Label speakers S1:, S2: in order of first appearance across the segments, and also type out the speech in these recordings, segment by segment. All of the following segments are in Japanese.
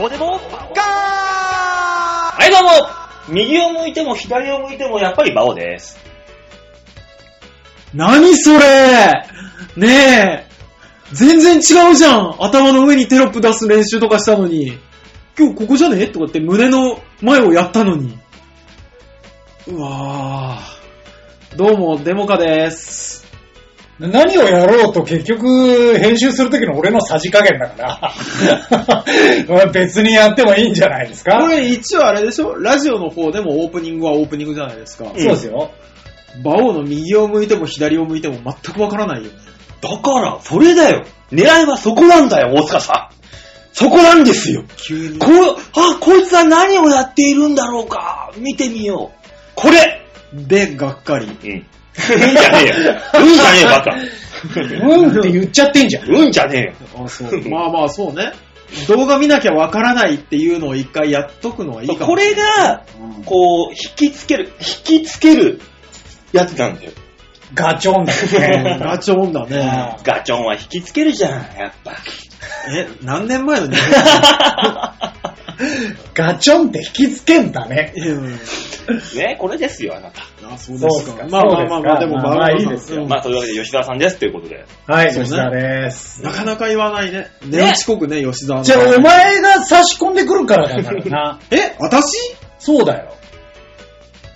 S1: こでも
S2: ガ
S1: はいどうも右を向いても左を向いてもやっぱりバオです。
S2: ー何それねえ全然違うじゃん頭の上にテロップ出す練習とかしたのに。今日ここじゃねとかって胸の前をやったのに。うわぁ。どうも、デモカです。
S3: 何をやろうと結局、編集するときの俺のさじ加減だから、別にやってもいいんじゃないですか
S2: これ一応あれでしょラジオの方でもオープニングはオープニングじゃないですか。
S3: そうですよ。
S2: バオの右を向いても左を向いても全くわからないよね。
S1: だから、それだよ狙いはそこなんだよ、大塚さんそこなんですよ
S2: 急に
S1: こ。う、あ、こいつは何をやっているんだろうか見てみようこれ
S2: で、がっかり。
S1: うん。うんじゃね えよ。うんじゃねえよ、バカ。
S3: うんって言っちゃってんじゃん。
S1: うんじゃねえよ。
S2: あ、 そう。まあまあ、そうね。動画見なきゃわからないっていうのを一回やっとくのはいいかも。
S1: これが、こう、引きつける、引きつけるやつなんだよ。
S3: ガチョンだ
S2: うん、
S3: よね。
S2: ガチョンだね。
S1: ガチョンは引きつけるじゃん、やっぱ。
S2: え、何年前の日
S3: ガチョンって引きつけんだね。
S2: 本うん
S1: ね、これですよ、あなた。
S2: あ、そうです
S3: そう
S2: か。
S3: ですか
S2: まあまあまあまあ、でも、
S3: まあまあ
S2: バオさん
S3: いいですよ
S2: うん
S1: まあ、というわけで吉沢さんです、ということで。
S3: はい、
S2: そうね
S3: 吉田です。
S2: なかなか言わないね。寝遅刻ね、吉沢の
S3: じゃあ、お前が差し込んでくるからだからな。
S2: え、私
S3: そうだよ。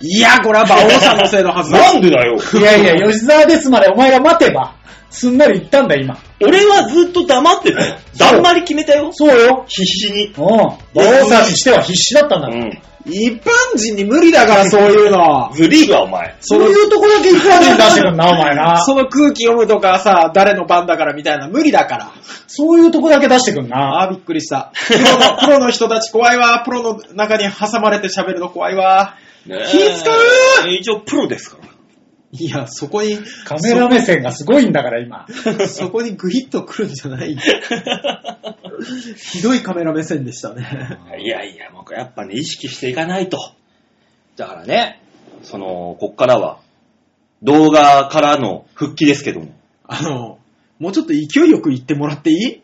S2: いや、これは馬王さんのせいのはずだ。
S1: なんでだよ
S3: いやいや、吉沢ですまでお前が待てば、すんなり言ったんだ、今。
S1: 俺はずっと黙ってたよ。
S3: そう
S1: だんまり決めたよ。
S3: そうよ。
S1: 必死に。
S3: うん。馬王さんにしては必死だったんだから。
S1: ん。
S2: 一般人に無理だから、そういうの。
S1: ずりーがお前。
S3: そういうとこだけ一般人出してくんな、お前な。
S2: その空気読むとかさ、誰の番だからみたいな無理だから。
S3: そういうとこだけ出してくんな。
S2: ああ、びっくりした。プロの、プロの人たち怖いわ。プロの中に挟まれて喋るの怖いわ。
S1: ねえ
S2: 気使う
S1: 一応プロですから。
S2: いや、そこに、
S3: カメラ目線がすごいんだから、今。
S2: そ そこにグイッと来るんじゃないひどいカメラ目線でしたね。
S1: いやいや、もうやっぱね、意識していかないと。だからね、その、こっからは、動画からの復帰ですけども、
S2: あの、もうちょっと勢いよく言ってもらっていい、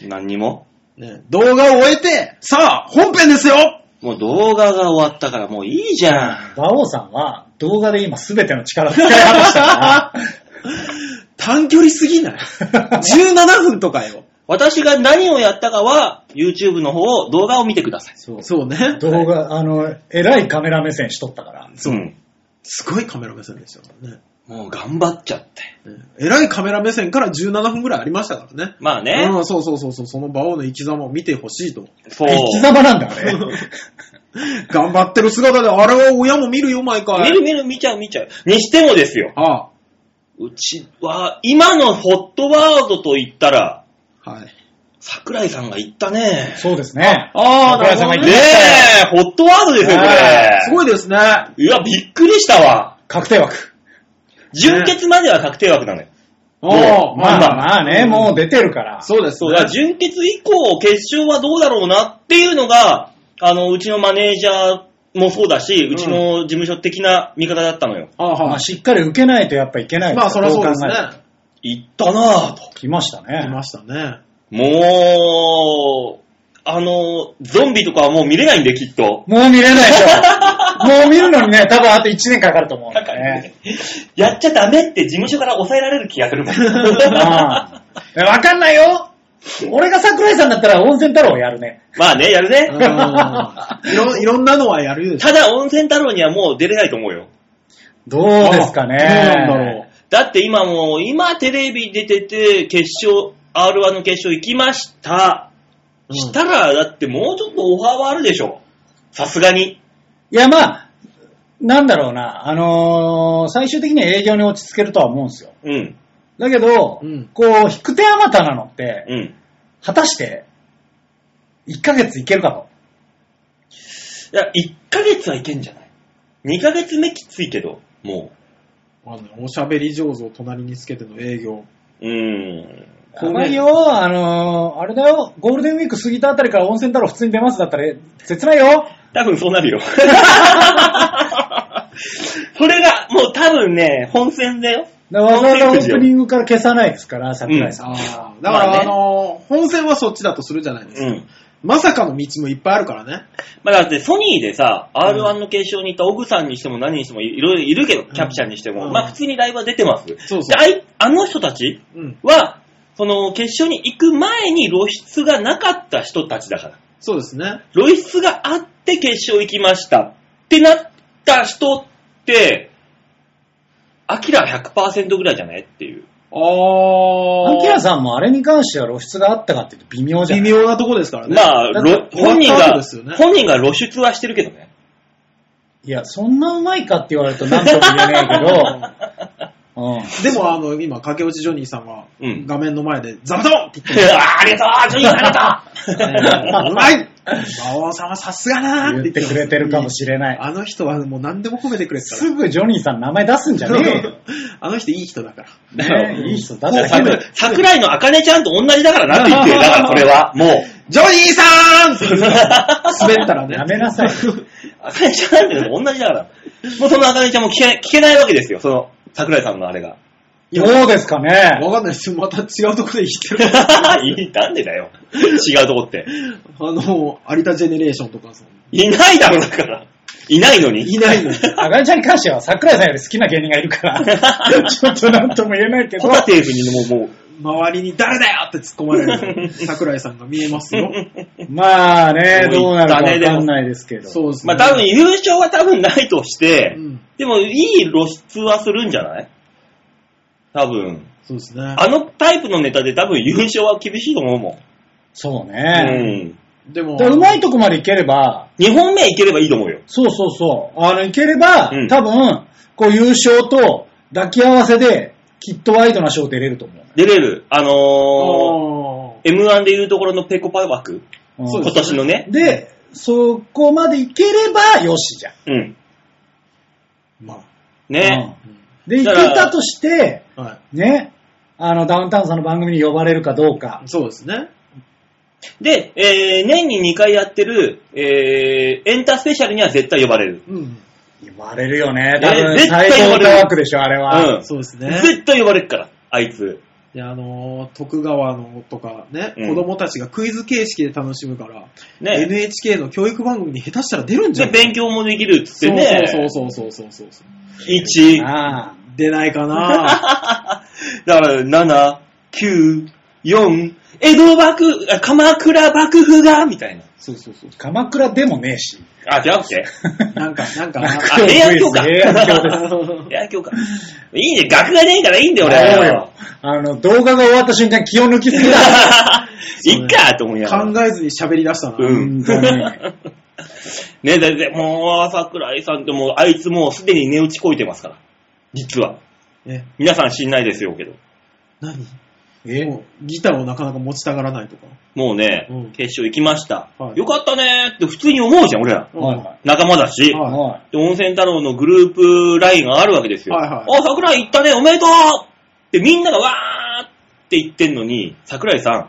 S1: 何にも。
S2: ね、動画を終えて、さあ、本編ですよ
S1: もう動画が終わったからもういいじゃん。
S3: 馬王さんは動画で今全ての力を使い果たしたか
S2: 短距離すぎない ?17 分とかよ。
S1: 私が何をやったかは、YouTube の方、動画を見てください。
S3: そう
S2: そうね
S3: ら。。動画、あの、偉いカメラ目線しとったから。
S1: そう。
S2: すごいカメラ目線でしたからね。
S1: もう頑張っちゃって。
S2: ねえらいカメラ目線から17分ぐらいありましたからね。
S1: まあね、
S2: うん、そうそうそうそう、その馬王の生き様を見てほしいと。
S1: そう。
S3: 生き様なんだ、あれ。
S2: 頑張ってる姿で、あれは親も見るよ、毎回。
S1: 見る見る見ちゃう見ちゃう。にしてもですよ。
S2: ああ
S1: うちは、今のホットワードと言ったら、
S2: はい。
S1: 桜井さんが言ったね。
S3: そうですね。
S2: あ
S3: 桜井さんが
S1: ね
S3: 言って
S1: え、ホットワードですよ、こ
S3: は
S1: れ。
S2: すごいですね。
S1: い。や、びっくりしたわ。
S3: 確定枠。
S1: 純潔までは確定枠なのよ。
S2: お
S1: ね
S2: ー
S3: まあまあまあね、
S2: うん
S3: もう出てるから。
S2: そうです、
S1: そうだ、純潔以降、決勝はどうだろうなっていうのが、あの、うちのマネージャーもそうだし、うちの事務所的な見方だったのよ。
S2: ああ、
S3: ま
S2: は
S3: あしっかり受けないとやっぱいけない
S2: い。
S3: す。
S2: まあ、そりゃそうですね
S3: ど考えて。
S1: 言ったなぁと。
S3: も来ました
S2: い
S3: ね
S2: ま。したね。
S1: もう、あの、ゾンビとかはもう見れないんで、きっと。
S3: もう見れないでしょ。もう見るのにね、多分あと1年かかると思うん
S1: だ
S3: だよ
S1: から
S3: ね
S1: ね。、やっちゃダメって事務所から抑えられる気がするもん。 ま
S3: ああわかんないよ俺が桜井さんだったら温泉太郎やるね。
S1: あね、やるね。
S2: うんいろいろんなのはやるでしょ。
S1: ただ、温泉太郎にはもう出れないと思うよ。
S3: どうですかね。
S2: ああどうなんだろう。
S1: だって今もう、今テレビ出てて、決勝、R1 の決勝行きました。
S2: うん
S1: したら、だってもうちょっとオファーはあるでしょ。さすがに。
S3: いや、まあ、なんだろうな。あのー最終的には営業に落ち着けるとは思うんですよ。
S1: うん、
S3: だけど、
S2: うん
S3: こう、引く手あまたなのって、
S1: うん。
S3: 果たして、1ヶ月いけるかと。
S1: いや、1ヶ月はいけんじゃない ?2 ヶ月目きついけど、も
S2: あのねおしゃべり上手を隣につけての営業。
S1: う。うーん。
S3: やばいよ、あのーあれだよ、ゴールデンウィーク過ぎたあたりから温泉太郎普通に出ますだったら、切ないよ。
S1: 多分そうな るよ。それが、もう多分ね、本戦だよ。
S3: だからわざわざ
S1: 温
S3: オ
S1: 泉くじ
S3: ー
S1: よ
S3: プニングから消さないですから、桜井さん。
S2: ああ、だから、
S1: まあ
S2: あ
S1: ね
S2: のー本戦はそっちだとするじゃないですか。
S1: うん。
S2: まさかの道もいっぱいあるからね。
S1: まあだってソニーでさ、R1 の決勝に行ったオグさんにしても何にしてもいろいろいるけど、キャプチャーにしても。
S2: うん
S1: まあ普通にライブは出てます。
S2: そうそう
S1: であいあの人たち
S2: うん。
S1: は、その決勝に行く前に露出がなかった人たちだから。
S2: そうですね。
S1: 露出があって決勝行きましたってなった人って、アキラ100%ぐらいじゃないっていう。
S2: あー。
S3: アキラさんもあれに関しては露出があったかっていうと微妙じゃ
S2: 微
S3: ん。
S2: 妙なとこですからね。
S1: まあ、
S2: だっ
S1: ろ
S2: て終わ
S1: 本
S2: っ
S1: 人
S2: た後
S1: が、
S2: ですよね。
S1: 本人が露出はしてるけどね。
S3: いや、そんなうまいかって言われると何とも言えないけど、うん。
S2: でも、あの、今、駆け落ちジョニーさんが
S1: うん、
S2: 画面の前で、ザブトンって言って
S1: う わありがとうジョニーさんあり
S2: た、 うまい馬王さんはさすがだな
S3: 言ってくれてるかもしれない。
S2: あの人はもう何でも褒めてくれて
S3: すぐジョニーさん名前出すんじゃね
S2: あの人いい人だから。
S3: えよ。ね えいい人出
S1: がとう
S3: さな
S1: 桜
S3: い。
S1: 桜井の茜ちゃんと同じだからなって言ってる。だからこれ は、もう。
S2: ジョニーさーんって言うから滑ったらね。
S3: やめなさい。
S1: あかねちゃんって同じだから。もうそのあかねちゃんも聞け聞けないわけですよ、その桜井さんのあれが。
S3: どうですかね
S2: わかんないです。また違うところで言ってる。
S1: いなんでだよ。違うとこって。
S2: あの、有田ジェネレーションとかさ、
S1: いないだろ、だから。いないのに。
S2: いないのに。
S3: あがりちゃんに関しては桜井さんより好きな芸人がいるから、ちょっとなんとも言えないけ
S1: ホ、
S3: ど
S1: タテーフにももう、
S2: 周りに誰だよって突っ込まれる。桜井さんが見えますよ。
S3: まあね、どうなるかわ
S1: もう言ったねで
S3: か
S1: も
S3: んないですけど。
S2: そうですね。
S1: まあ多分優勝は多分ないとして、
S2: うん
S1: でもいい露出はするんじゃない多分。
S2: そうですね。
S1: あのタイプのネタで多分優勝は厳しいと思うもん。
S3: そう
S1: う
S3: ね。
S1: ん。
S2: でも、
S3: でうまいとこまでいければ、
S1: 2本目いければいいと思うよ。
S3: そうそうそう。あの、いければ、
S1: うん
S3: 多分、こう優勝と抱き合わせで、きっとワイドな賞出れると思う。
S1: 出れる。あの
S2: あ
S1: ー、M1 でいうところのペコパ枠
S3: うん
S2: そう
S1: 今年のね。
S3: で、そこまでいければ、よしじゃん。
S1: うん。
S2: ーま
S1: ね。
S2: あ、
S3: うんで、いけ
S1: だから
S3: たとして、
S2: うんは
S3: ね、あの、ダウンタウンさんの番組に呼ばれるかどうか
S2: い。。そうですね。
S1: で、えー年に2回やってる、えーエンタスペシャルには絶対呼ばれる。
S2: うん。
S3: 呼ばれるよね。
S1: ね
S3: 多分、
S1: 絶対
S3: 最
S1: 呼ば
S3: 高
S1: れる
S3: の枠でしょ、あれは。
S1: うん
S2: そうですね。
S1: 絶対呼ばれるから、あいつ。
S2: で、あのー徳川のとかね、
S1: うん
S2: 子供たちがクイズ形式で楽しむから、
S1: ね。
S2: NHK の教育番組に下手したら出るんじゃ
S1: で、
S2: ん。
S1: 勉強もできるっつってね。
S2: そうそうそうそうそう そう。
S1: 1、
S3: ああ
S2: 出ないかな
S1: だから、7、9、4、江戸幕、あ鎌倉幕府が、みたいな。
S2: そうそうそう。
S3: 鎌倉でもねえし。
S1: あ、違うっ け
S2: なんか、なんか、
S1: あ、平安京か。
S3: 平安京です
S1: 平安京か。いいね、学がねえからいいんだよ、俺は。
S3: そうよ。あの、動画が終わった瞬間気を抜きす ぎだ。
S1: いっか、と思いながら。
S2: 考えずに喋り出したな。
S1: うん
S3: 本当に
S1: ね、だってもう、桜井さんってもう、あいつもうすでに値打ちこいてますから。実は。
S2: え、
S1: 皆さん知んないですよ、けど。
S2: 何
S3: え
S2: もうギターをなかなか持ちたがらないとか。
S1: もうね、
S2: うん
S1: 決勝行きました。
S2: はい
S1: よかったねーって普通に思うじゃん、俺ら。
S3: はい
S2: うん
S3: は
S1: 仲間だし。
S2: はい
S3: い。は
S1: で温泉太郎のグループラインがあるわけですよ。
S2: はいはい
S1: あ、桜井行ったね、おめでとうってみんながわーって言ってんのに、桜井さん、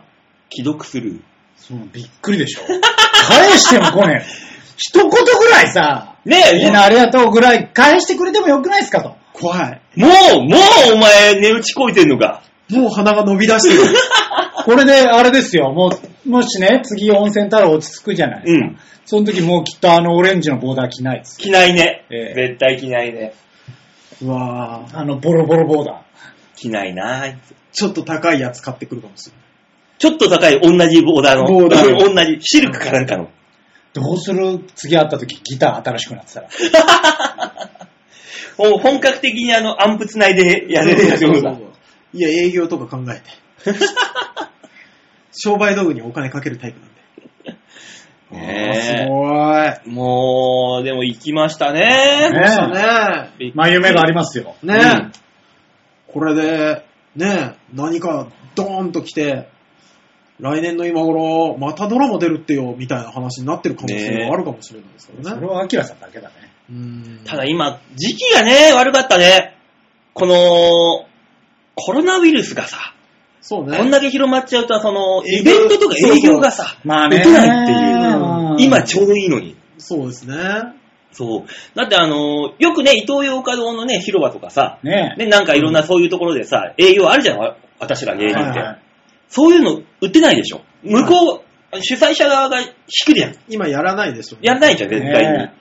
S1: 既読する。
S3: い。そのびっくりでしょ。返しても来ねえ。一言ぐらいさ、
S1: ねえ、
S3: みんなありがとうぐらい返してくれてもよくないですかと。
S2: 怖い。
S1: もう、もうお前、値打ちこいてんのか。
S2: もう鼻が伸び出し てる。
S3: これで、あれですよ、もう、もしね、次温泉太郎落ち着くじゃないですか。
S1: うん
S3: その時もうきっとあのオレンジのボーダー着ないです。
S1: 着ないね。
S3: ええ
S1: 絶対着ないね。
S2: うわぁ。
S3: あの、ボロボロボーダ
S1: 着ないなあいつ
S2: ちょっと高いやつ買ってくるかもしれない。
S1: ちょっと高い、同じボーダーの。
S2: ボーダ ー
S1: 同じ。シルクかなんかの。
S3: ー。どうする次会った時ギター新しくなってたら。
S1: ほん本格的にあの、アンプつないでやれるやつ。
S2: そうそうそういや、営業とか考えて。 商売道具にお金かけるタイプなんで。
S1: ねえ
S2: あーす
S1: もう、でも行きましたね。
S2: ごい。そうね。
S1: びっくり
S3: まあ夢がありますよ。
S1: う
S2: ねえ
S1: ん、
S2: これで、ねえ、何かドーンと来て、来年の今頃、またドラマ出るってよ、みたいな話になってる可能性
S1: ねえ
S2: もあるかもしれないですから
S3: そ
S2: ね
S3: れ。はアキラさんだけだね。
S2: うん
S1: ただ今、時期がね、悪かったね。この、コロナウイルスがさ、
S2: そうね。
S1: こんだけ広まっちゃうと、その、
S2: 営業
S1: イベントとか営業がさ、
S3: まあ
S1: で
S3: ね。
S1: きないっていう。
S3: うん
S1: 今ちょうどいいのに。
S2: そうですね。
S1: そう。だってあの、よくね、伊東洋華堂のね、広場とかさ、
S3: ね
S1: ね、なんかいろんなそういうところでさ、営業あるじゃん、わ私ら芸人って。
S3: はいはい
S1: そういうの売ってないでしょ。向こう、主催者側が引くじゃん。
S2: 今やらないでしょ。
S1: やんないじゃん、絶対に。
S3: ね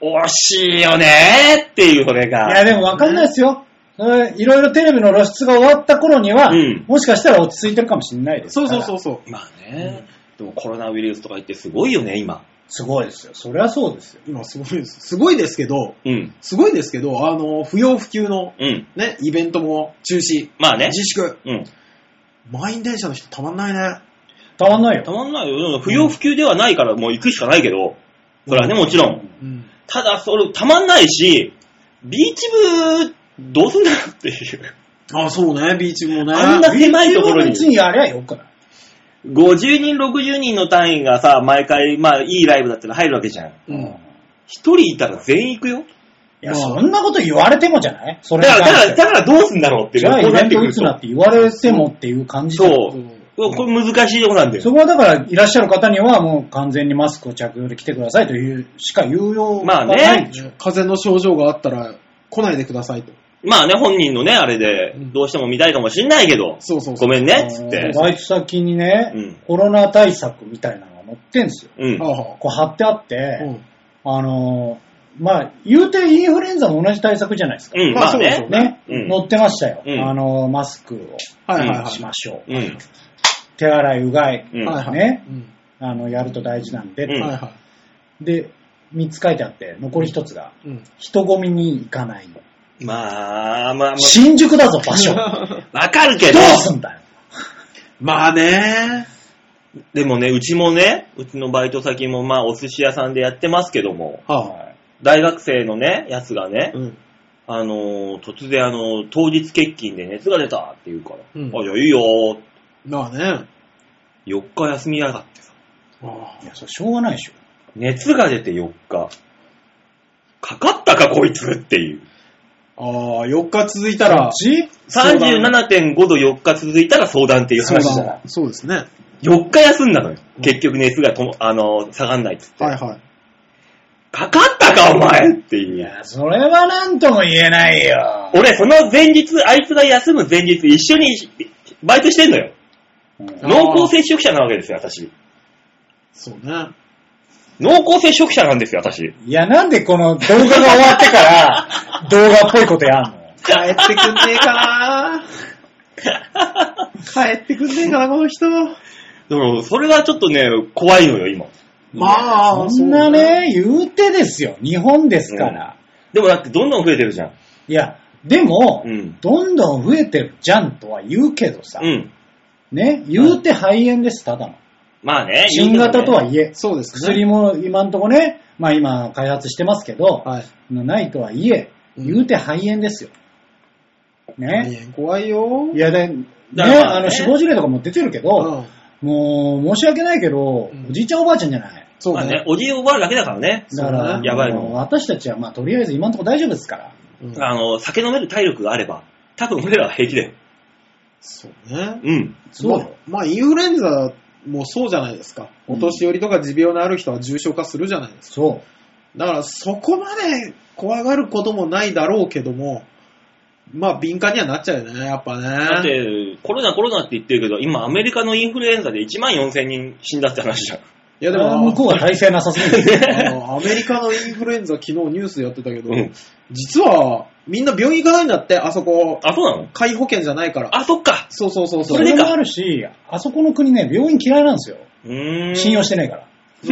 S1: 惜しいよねーっていう、これが。
S3: いや、でもわかんないですよ。うんいろいろテレビの露出が終わった頃には、
S1: うん
S3: もしかしたら落ち着いてるかもしれないです。
S2: そうそうそううそう。
S1: まあね、でもコロナウイルスとか言ってすごいよね、今。
S3: すごいですよ。そりゃそうですよ。
S2: 今すごいです。すごいですけど、
S1: うん。
S2: すごいですけど、あの、不要不急の
S1: うん。
S2: ね、イベントも中止。
S1: まあね。
S2: 自粛。
S1: うん。
S2: 満員電車の人たまんないね。
S3: たまんない
S1: た
S3: よ。
S1: まんないよ。不要不急ではないからもう行くしかないけど。それはね、もちろん。
S2: うん。
S1: ただ、それ、たまんないし、ビーチ部、どうすんだろうっていう。
S2: あ、そうね、ビーチもね。
S1: あんな狭いところに
S3: 別。にやりゃよくない。
S1: 50人、60人の単位がさ、毎回、まあ、いいライブだったら入るわけじゃん。
S2: うん
S3: い
S1: 一人いたら全員行くよ。
S3: や、
S2: まあ。
S3: そんなこと言われてもじゃないそ
S1: だ
S3: れに
S1: から、だから、
S3: 関して
S1: だからどうすんだろうっていう
S3: じゃあイ
S1: こうな
S3: ベ
S1: っ
S3: ン
S1: て
S3: ト
S1: く
S3: 打
S1: る
S3: つ
S1: と
S3: なって言われてもっていう感じだ
S1: そううんこれ難しいとこなんだよ
S3: そ。こはだから、いらっしゃる方にはもう完全にマスクを着用で来てくださいという、しか言うよう
S1: まあね
S3: ないでしょ
S2: ね風邪の症状があったら来ないでくださいと。
S1: まあね、本人のね、あれで
S2: うん、
S1: どうしても見たいかもしんないけど、
S2: そうそう
S1: ご
S2: そう。
S1: めんね、っつって。
S3: バイト先にね、
S1: うん
S3: コロナ対策みたいなのが載ってんですよ。
S1: うん。
S2: ああ
S3: こう貼ってあって、
S2: うん
S3: あのーまあ、言うてインフルエンザも同じ対策じゃないですか。
S1: うん、
S2: まあ
S1: まあ
S2: そう
S1: ね。
S3: ね、
S1: うん
S3: 載ってましたよ。
S1: うん
S3: あのーマスクを
S2: はいはいは
S3: し
S2: い。
S3: ましょう。
S1: うん。
S3: 手洗い、うがい、
S1: うん。
S2: はいはい。
S3: ね
S2: うん
S3: あの、やると大事なんで、
S1: うん
S2: はいは
S3: で、3つ書いてあって、残り1つが、
S2: い。うん。
S3: 人混みに行かない。
S1: まあ、まあ、ま
S3: 新宿だぞ、場 所。ど
S1: あ、わかるけ
S3: う
S1: ど、
S3: すんだよ。
S2: まあね。
S1: でもね、うちもね、うちのバイト先もまあ、お寿司屋さんでやってますけども、
S2: はあ。
S3: は
S1: 大学生のね、やつがね、
S2: うん。
S1: あのー、突然あのー、当日欠勤で熱が出たって言うから、
S2: うん
S1: あ、じゃあいいよー、
S2: まあね。
S1: 4日休みやがってさ、
S2: あ
S3: い。いや、それしょうがないでしょ。
S1: 熱が出て4日、かかったかこいつっていう。
S2: あ、4日続いたら、
S3: ち
S2: 相談
S1: 37.5度4日続いたら相談っていう話じゃない。
S2: そうですね。
S1: 4日休んだのよ
S2: う。ん
S1: 結局熱がとも、あのー、下がんないっつって。
S2: はいはい。
S1: かかったかお前ってい。
S3: いうや、それはなんとも言えないよ。
S1: 俺、その前日、あいつが休む前日、一緒にバイトしてんのよ。
S3: うん
S1: 濃厚接触者なわけですよ、私。
S2: そうね。
S1: 濃厚接触者なんですよ、私。
S3: いや、なんでこの動画が終わってから、 動画っぽいことやんの
S2: 帰ってくんねえか な帰ってくんねえかな、この人。
S1: でも、それはちょっとね、怖いのよ、今。
S2: まあ、
S3: そんな。ね、言うてですよ。日本ですから。
S1: でもだって、どんどん増えてるじゃん。
S3: いや、でも、
S1: うん
S3: どんどん増えてるじゃんとは言うけどさ、
S1: うん。
S3: ね、言うて肺炎です、ただの。
S1: まあね。
S3: 新型とはいえ、
S2: そうですね。
S3: 薬も今んとこね、まあ今開発してますけど、
S2: はい。
S3: ないとはいえ、
S2: うん
S3: 言うて肺炎ですよ。ね。
S2: ね怖いよ。
S3: いやで、ね、
S1: だからね
S3: あの死亡事例とかも出てるけ
S2: う
S3: ど、
S2: ん
S3: もう申し訳ないけど、
S2: うん
S3: おじいちゃんおばあちゃんじゃない。
S2: そう
S1: まあね
S2: ね、。
S1: おじいおばあだけだからね。
S3: だ
S2: そ
S3: か
S2: うね
S3: ら、
S1: やばいの
S3: もう私たちはまあとりあえず今んとこ大丈夫ですから。
S2: うん
S1: あの、酒飲める体力があれば、多分俺らは平気だよ。
S2: そうね。
S1: うん。
S3: そうよ。
S2: まあ、インフルエンザもそうじゃないですか。
S3: うん
S2: お年寄りとか持病のある人は重症化するじゃないですか。
S3: そう。
S2: だから、そこまで怖がることもないだろうけども、まあ、敏感にはなっちゃうよね、やっぱね。
S1: だって、コロナコロナって言ってるけど、今アメリカのインフルエンザで1万4000人死んだって話じゃん。
S2: いや、で
S3: あ
S2: も、
S3: ー向こうが体制なさ すぎる。
S2: あのアメリカのインフルエンザ、昨日ニュースやってたけど、
S1: うん
S2: 実はみんな病院行かないんだって、あそこ、
S1: あ、そうなの
S2: 皆保険じゃないから。
S1: あ、そっか。
S2: そうそうそうそ
S3: そ
S2: う。
S1: れ
S3: れ
S1: でか
S3: もあるし、あそこの国ね、病院嫌いなんですよ。
S1: うーん。
S3: 信用してないから。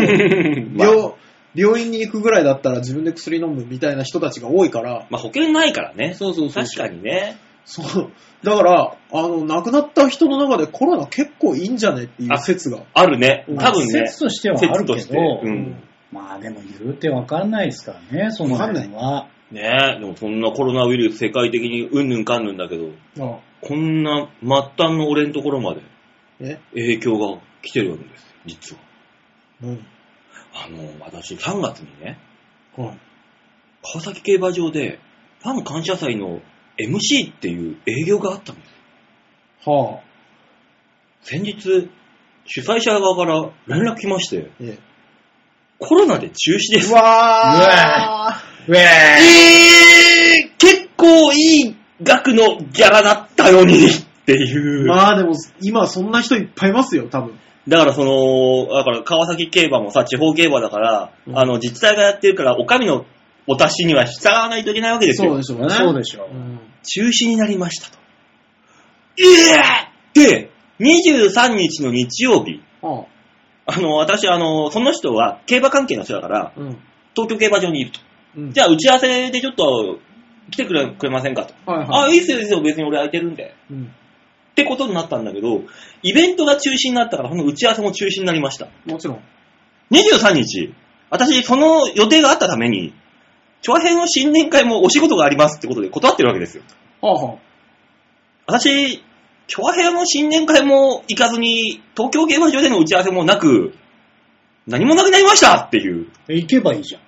S1: て まあ、
S2: 病病院に行くぐらいだったら自分で薬飲むみたいな人たちが多いから、
S1: まあ保険ないからね。
S2: そうそうそう
S1: 確かにね。
S2: そう。だから、あの、亡くなった人の中でコロナ結構いいんじゃねっていう説が。
S1: あるね。
S2: うん
S1: 多分ね
S3: 説。としてはあるけ
S1: 説として
S3: ど、
S1: うん
S3: まあでも言うてわかんないですからね、その辺は。
S1: ねえ、でもそんなコロナウイルス世界的にうんぬんかんぬんだけど、
S2: あ
S1: こんな末端の俺のところまで
S2: え
S1: 影響が来てるわけですよ、実は。
S2: 何
S1: あの、私3月にね、
S2: はい。
S1: 川崎競馬場でファン感謝祭の MC っていう営業があったんですよ。
S2: はあ。
S1: 先日、主催者側から連絡来まして、
S2: え
S1: コロナで中止で
S2: え、
S1: す。
S2: うわー
S3: ウェー
S1: えー、結構いい額のギャラだったのにっていう。
S2: まあでも、今そんな人いっぱいいますよ、多分。
S1: だからその、だから川崎競馬もさ、地方競馬だから、
S2: うん
S1: あの、自治体がやってるから、お上のお達しには従わないといけないわけです
S2: そう
S1: よ
S2: で。しょうね。
S3: そうでしょう
S2: うん
S1: 中止になりましたと。ええで、23日の日曜日、
S2: ああ
S1: あの、私、あの、その人は競馬関係の人だから、
S2: うん。
S1: 東京競馬場にいると。
S2: うん。
S1: じゃあ、打ち合わせでちょっと来てくれくれませんかと。
S2: ゃ、はい
S1: あ、
S2: はい。
S1: いいっすよ、いいっすよ、別に俺空いてるんで。
S2: うん。
S1: ってことになったんだけど、イベントが中止になったから、その打ち合わせも中止になりました。
S2: もちろん。
S1: 23日、私、その予定があったために、長編の新年会もお仕事がありますってことで断ってるわけですよ。
S2: ああはあ
S1: 私、長編の新年会も行かずに、東京競馬場での打ち合わせもなく、何もなくなりましたっていう、
S3: 行けばいいじゃん。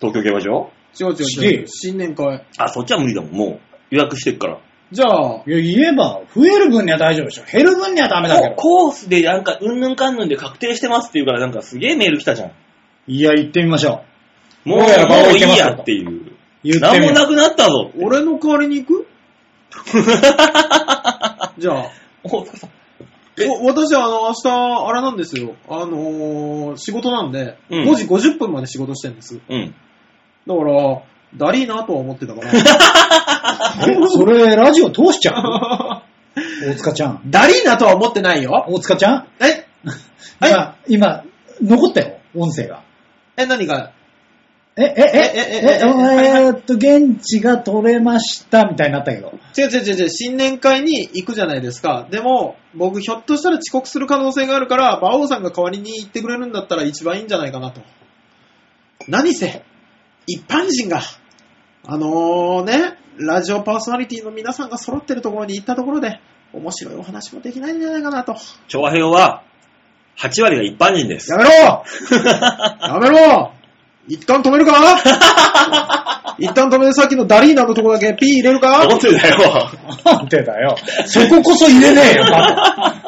S1: 東京競馬場
S2: 違う
S3: す
S2: 違
S3: げ
S2: う
S3: え
S2: 違
S3: よ
S2: う。新年会。
S1: あ、そっちは無理だもん、もう。予約してっから。
S2: じゃあ、
S3: いや、言えば、増える分には大丈夫でしょ。減る分にはダメだけど。
S1: ココースでなんか、うんぬんかんぬんで確定してますっていうから、なんかすげえメール来たじゃん。
S3: いや、行ってみましょ
S1: もう、
S3: どうやら
S1: もう
S3: もう
S1: いい
S3: いけますよ
S1: やっていう。
S3: う。言っ
S1: なん
S3: てみ
S1: も
S3: よ
S1: なくなったぞ。
S2: 俺の代わりに行くじゃあ、
S1: 大塚さん
S2: お私はあの、明日、あれなんですよ。あのー、仕事なんで、
S1: うん
S2: 5時50分まで仕事してるんです。だ
S1: うん。
S2: から、だりーなとは思って たから。
S3: う。それ、ラジオ通しちゃう大塚ちゃん。
S2: だりーなとは思ってないよ。
S3: 大塚ちゃん
S2: え はい
S3: 今、今、残ったよ、音声が。
S2: え、何か
S3: え、
S2: え
S3: え、え、
S2: ええ
S3: え、えーっと、現地が取れました、みたいになったけど。
S2: 違う違う違う違う、新年会に行くじゃないですか。でも、僕、ひょっとしたら遅刻する可能性があるから、馬王さんが代わりに行ってくれるんだったら一番いいんじゃないかなと。何せ、一般人が、あのーね、ラジオパーソナリティの皆さんが揃ってるところに行ったところで、面白いお話もできないんじゃないかなと。
S1: 調和兵は、8割が一般人です。
S2: やめろ やめろ一旦止める か一旦止めてさっきのダリーナのとこだけピー入れるか
S1: なんでだよ。
S3: なんでだよ。そここそ入れねえよ、バカ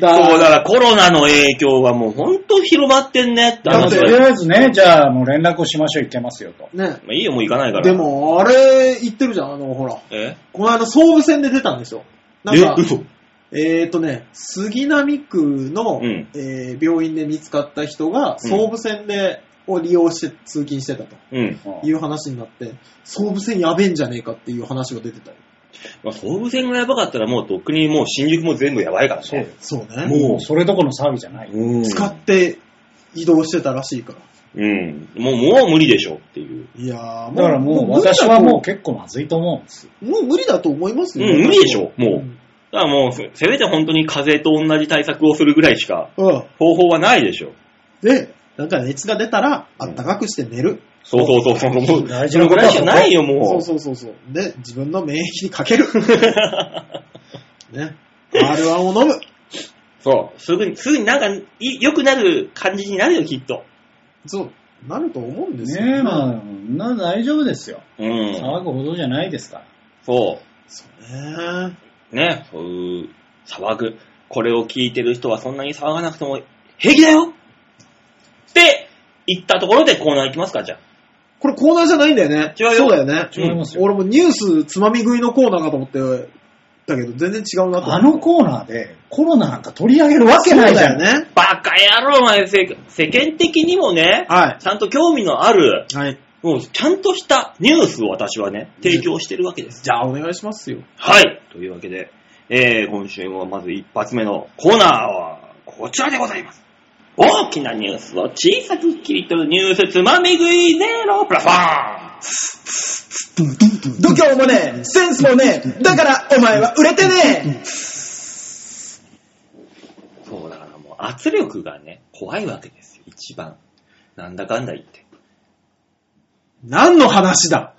S2: だ
S1: そう、だからコロナの影響はもう本当広まってんねって
S3: だっ
S1: 話
S3: て、
S1: だ
S3: とり
S1: よ。
S3: あえずね、じゃあ、もう連絡をしましょう、行けますよ、と。
S2: ね。
S1: まあいいよ、もう行かないから。
S2: で、も、あれ、言ってるじゃん、あの、ほら。
S1: え
S2: この間、総武線で出たんですよ。なん
S1: え
S2: か、
S1: 嘘
S2: えーとね、杉並区の、
S1: うん
S2: えー病院で見つかった人が、総武線で、を利用して通勤してたと
S1: うん。
S3: うん
S2: いう話になって、総武線やべえんじゃねえかっていう話が出てたよ。
S1: まあ、総武線がやばかったらもうとっくにもう新宿も全部やばいから
S3: そう
S1: ね。
S2: そうね。
S1: も
S3: もう、それどころの騒ぎじゃない。
S1: うん。
S2: 使って移動してたらしいから。
S1: うん。もう、もう無理でしょっていう。
S2: いやー、
S3: だからもう、私はもう結構まずいと思うんですよ。
S2: う、もう無理だと思います
S1: う
S2: よ。
S1: ん、無理でしょ、
S2: う
S1: もう。
S2: ん。
S1: だからもう、せせめて本当に風邪と同じ対策をするぐらいしか
S2: うん。
S1: 方法はないでしょ。
S2: で、なんか熱が出たら、あったかくして寝る。
S1: そうそうそうそう。もう、
S3: 大
S1: そ
S3: 事
S1: の
S3: なこ
S1: ぐ
S3: と
S1: ら
S3: はい
S1: しかないよ、もう。
S2: そうそうそうそう。で、自分の免疫にかけ る。ね。R1 を飲む。
S1: そう。すぐに、すぐになんかい、良くなる感じになるよ、きっと。
S2: そう、なると思うんですよ。
S3: ねえ、まあ、な大丈夫ですよ。
S1: うん。
S3: 騒ぐほどじゃないですから。
S1: そ
S2: そうね。
S1: う。ね。そういう、騒ぐ。これを聞いてる人はそんなに騒がなくても平気だよって言ったところでコーナー行きますか、じゃあ。
S2: これコーナーじゃないんだよね。
S1: 違うよ
S2: そうだよね。
S3: 違いますよ。
S2: 俺もニュースつまみ食いのコーナーかと思ってたけど、全然違うなと思
S3: あのコーナーでコロナなんか取り上げるわけ
S2: そう
S3: ないじ
S2: だ
S3: ゃ
S2: よ
S3: ん。
S2: ね。
S1: バカ野郎、お前、世世間的にもね、
S2: は
S1: ちゃんと興味のある、
S2: い。はい。
S1: もうちゃんとしたニュースを私はね、提供してるわけです。
S2: じゃあお願いしますよ。
S1: はい。というわけで、えー、今週もまず一発目のコーナーは、こちらでございます。大きなニュースを小さく切り取るニュースつまみ食いゼロプラスワ
S2: 度胸もねえ、センスもねえ、だからお前は売れてね
S1: ンそうだからもう圧力がね、怖いわけですよ、一番。なんだかんだ言って。
S2: え何の話だ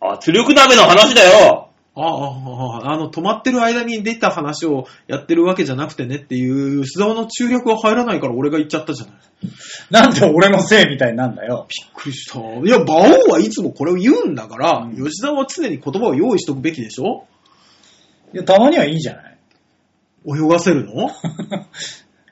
S1: 圧力鍋の話だよ
S2: ああああ、ああの、止まってる間に出た話をやってるわけじゃなくてねっていう、吉沢の中略が入らないから俺が言っちゃったじゃない。
S3: なんで俺のせいみたいになんだよ。
S2: びっくりした。いや、馬王はいつもこれを言うんだから、
S3: うん
S2: 吉沢は常に言葉を用意しとくべきでしょ
S3: いや、たまにはいい じゃない。
S2: 泳がせるの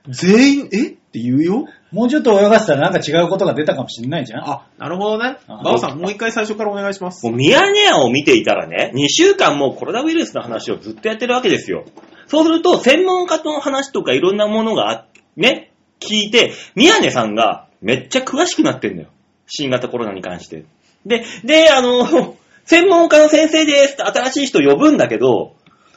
S2: 全員、えって言うよ
S3: もうちょっと泳がせたらなんか違うことが出たかもしれないじゃん。
S2: あ、なるほどね。
S3: あ
S2: バオさん、もう一回最初からお願いします。
S1: もうミヤネ屋を見ていたらね、2週間もうコロナウイルスの話をずっとやってるわけですよ。そうすると、専門家との話とかいろんなものがあ、ね、聞いて、宮根さんがめっちゃ詳しくなってんだよ。新型コロナに関して。で、で、あの、専門家の先生ですって新しい人呼ぶんだけど、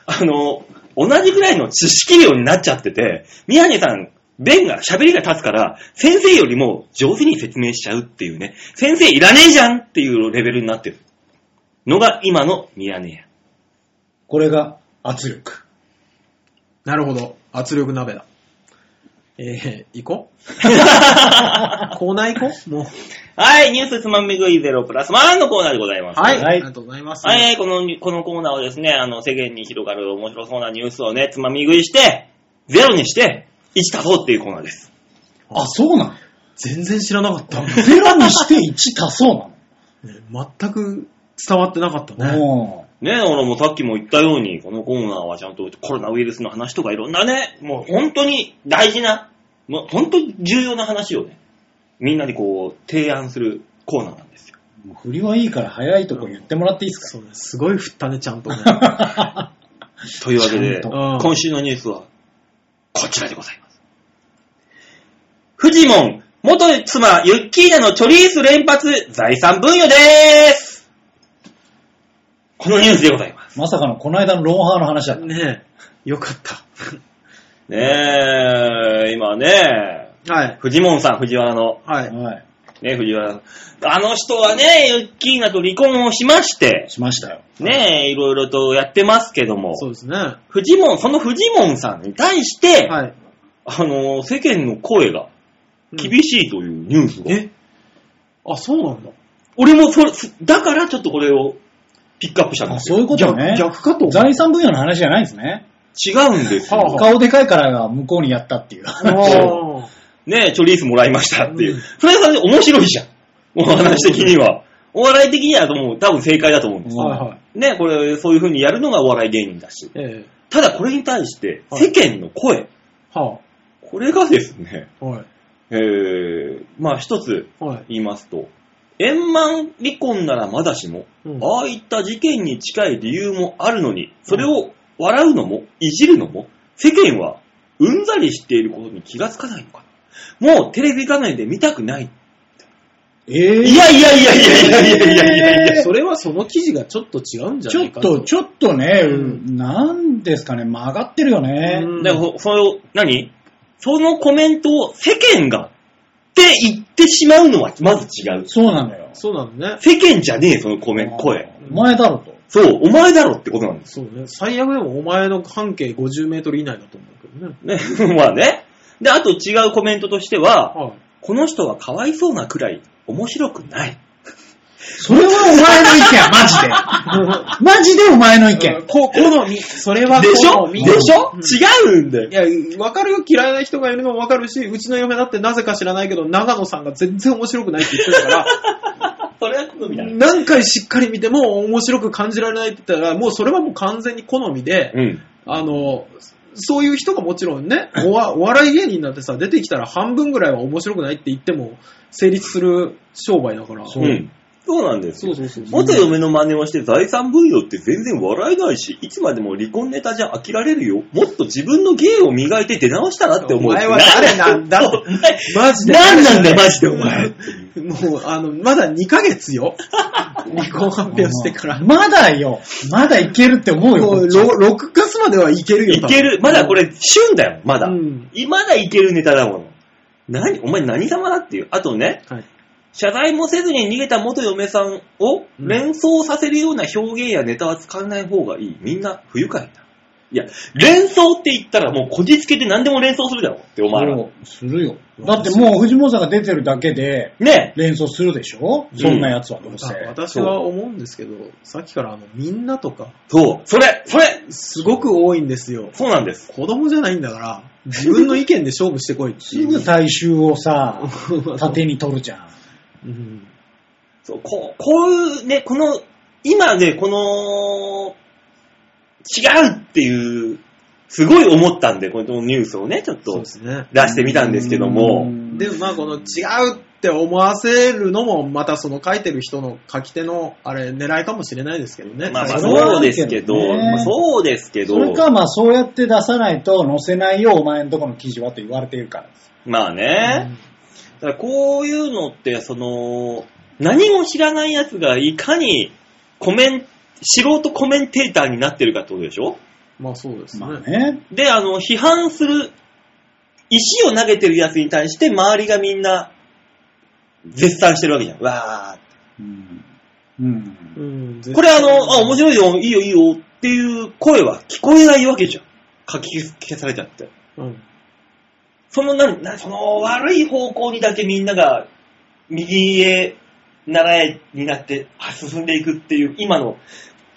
S1: あの、同じぐらいの知識量になっちゃってて、宮根さん、弁が、喋りが立つから、先生よりも上手に説明しちゃうっていうね、先生いらねえじゃんっていうレベルになってる。のが今のミヤネ
S3: これが圧力。
S2: なるほど。圧力鍋だ。えー、行こ うコーナー行こうもう。
S1: 屋。はい、ニュースつまみ食いゼロプラスワンのコーナーでございます。
S2: はい。
S3: はい
S2: ありがとうございます。
S1: はい、この、このコーナーはですね、あの、世間に広がる面白そうなニュースをね、つまみ食いして、ゼロにして、1足そうっていうコーナーです。
S3: あ、そうなの
S2: 全然知らなかった。ね
S3: ゼロにして1足そう
S2: 全く伝わってなかった
S3: な
S2: ね。
S3: の。うん
S1: ね、俺もさっきも言ったように、このコーナーはちゃんとコロナウイルスの話とかいろんなね、もう本当に大事な、もう本当に重要な話をね、みんなにこう、提案するコーナーなんですよ。
S3: もう振りはいいから早いとこ言ってもらっていいですか
S2: そうね。すごい振ったね、ちゃんとね。
S1: というわけで、
S3: ちゃんと
S2: うん
S1: 今週のニュースは、こちらでございます。フジモン、元妻、ユッキーナのチョリース連発、財産分与でーすこのニュースでございます。
S3: まさかのこの間のロンハーの話だった。
S2: ねえ、よかった。
S1: ねえ、今ね、
S2: はい。
S1: フジモンさん、藤原の、
S2: はい。
S3: はい。
S1: ね、藤原あの人はね、ユッキーナと離婚をしまして、
S3: しましたよ。
S1: ねえ、いろいろとやってますけども、
S2: そうですね。は
S1: フジモン、そのフジモンさんに対して、
S2: い。
S1: あの、世間の声が、
S2: うん
S1: 厳しいというニュースが。
S2: えあ、そうなんだ。
S1: 俺もそれ、すだからちょっとこれをピックアップしたんで
S3: あ、
S1: す
S3: そ
S1: よ。
S3: ういうことね。
S2: 逆逆かと思う
S3: 財産分与の話じゃないんですね。
S1: 違うんですよ。
S2: はあは
S3: 顔でかいからが向こうにやったっていう。
S2: おー
S1: ねえ、チョリースもらいましたっていう。
S2: うん
S1: それはそれで面白いじゃん。お話的には。お笑い的にはもう多分正解だと思うんですよ。
S2: はいはい。
S1: ねえ、これ、そういう風にやるのがお笑い芸人だし。
S2: ええ
S1: ただこれに対して、
S2: はい
S1: 世間の声、
S2: は
S1: これがですね、
S2: あ。はい。
S1: えー、まあ一つ
S2: はい。
S1: 言いますと、円満離婚ならまだしも、
S2: うん
S1: ああいった事件に近い理由もあるのに、それを笑うのも、いじるのも、世間はうんざりしていることに気がつかないのか。もうテレビ画面で見たくない。
S3: え
S1: いやいやいやいやいやいやいやいやいや。
S2: それはその記事がちょっと違うんじゃ
S3: ち
S2: な
S3: ょ
S2: い
S3: っ
S2: かと。
S3: と、ちょっとね、
S2: う
S3: なんですかね、曲がってるよね。
S2: うん
S1: だからそ、それを、何そのコメントを世間がって言ってしまうのはまず違う。
S3: そうなのよ。
S2: そうなのね。
S1: 世間じゃねえ、そのコメント、声。
S3: お前だろと。
S1: そう、お前だろってことなんです。
S2: そうね。最悪でもお前の半径50メートル以内だと思うけどね。
S1: ね、 まあね。で、あと違うコメントとしては、
S2: はい。
S1: この人はかわいそうなくらい面白くない。
S3: それはお前 の意見、マジで。マジでお前の意見。
S2: こ、好み。それは
S1: でし
S2: 好
S1: ょ
S2: み。
S1: でしょ、
S2: うん
S1: 違うんだよ。
S2: いや、わかるよ。嫌いな人がいるのもわかるし、うちの嫁だってなぜか知らないけど、長野さんが全然面白くないって言ってた から、
S1: それは好みだね。
S2: 何回しっかり見ても面白く感じられないって言ったら、もうそれはもう完全に好みで、
S1: うん。
S2: あの、そういう人がもちろんね、おわお笑い芸人だってさ、出てきたら半分ぐらいは面白くないって言っても成立する商売だから。
S1: う
S2: そ
S1: ん。そうなんです
S2: そ
S1: よ。
S2: うそうそう。
S1: 元嫁の真似をして財産分与って全然笑えないし、いつまでも離婚ネタじゃ飽きられるよ。もっと自分の芸を磨いて出直したらって思う。
S2: お前は誰なん だ
S1: そう
S2: マジで。
S1: 何なんだよ、マジでお前。
S2: もう、あの、まだ2ヶ 月よ。離婚発表してから。も
S3: まだよ。まだいけるって思うよ。こ
S2: う、
S3: っちは
S2: ろ6月まではいけるよ。
S1: いける。まだこれ、旬だよ、ま
S2: 多
S1: だ。
S2: 分。
S1: まだいけるネタだもの。何お前何様だっていう。あとね、
S2: うん。はい。
S1: 謝罪もせずに逃げた元嫁さんを連想させるような表現やネタは使わない方がいい。みんな不愉快だ。いや、連想って言ったらもうこじつけて何でも連想するだろってお前ら。
S3: そうするよ。だってもう藤本さんが出てるだけで
S1: ね
S3: 連想するでしょそんなやつはどうせ。
S2: 私は思うんですけど、さっきからあの、みんなとか、
S1: そう。それそれ
S2: すごく多いんですよ。
S1: そうなんです。
S2: 子供じゃないんだから、自分の意見で勝負してこいってい
S3: す
S2: う
S3: ぐ 大衆をさ、縦に取るじゃん。
S2: うん
S1: そう、こう、こういうね、この、今ね、この、違うっていう、すごい思ったんで、このニュースをね、ちょっと
S2: すね。
S1: 出してみたんですけども、
S2: でもまあこの違うって思わせるのも、またその書いてる人の書き手の、あれ、狙いかもしれないですけどね。
S1: まあまあ
S3: それは
S1: そうですけど、
S3: あるけどね
S1: まあそうですけど
S3: そ、れか、まあそうやって出さないと載せないよ、お前のとこの記事はと言われているからです。
S1: まあね、だからこういうのって、その、何も知らない奴がいかにコメン、素人コメンテーターになってるかってことでしょ
S2: まあそうですね。
S3: まあね。
S1: で、あの、批判する、石を投げてる奴に対して周りがみんな、絶賛してるわけじゃん。わ
S3: うん。うん。
S2: うん、
S1: ー。これあの、あ、面白いよ、いいよ、いいよっていう声は聞こえないわけじゃん。書き消されちゃって。
S2: 白い。うん
S1: その、な、な、その悪い方向にだけみんなが、右へ、習えになって、あ進んでいくっていう、今の、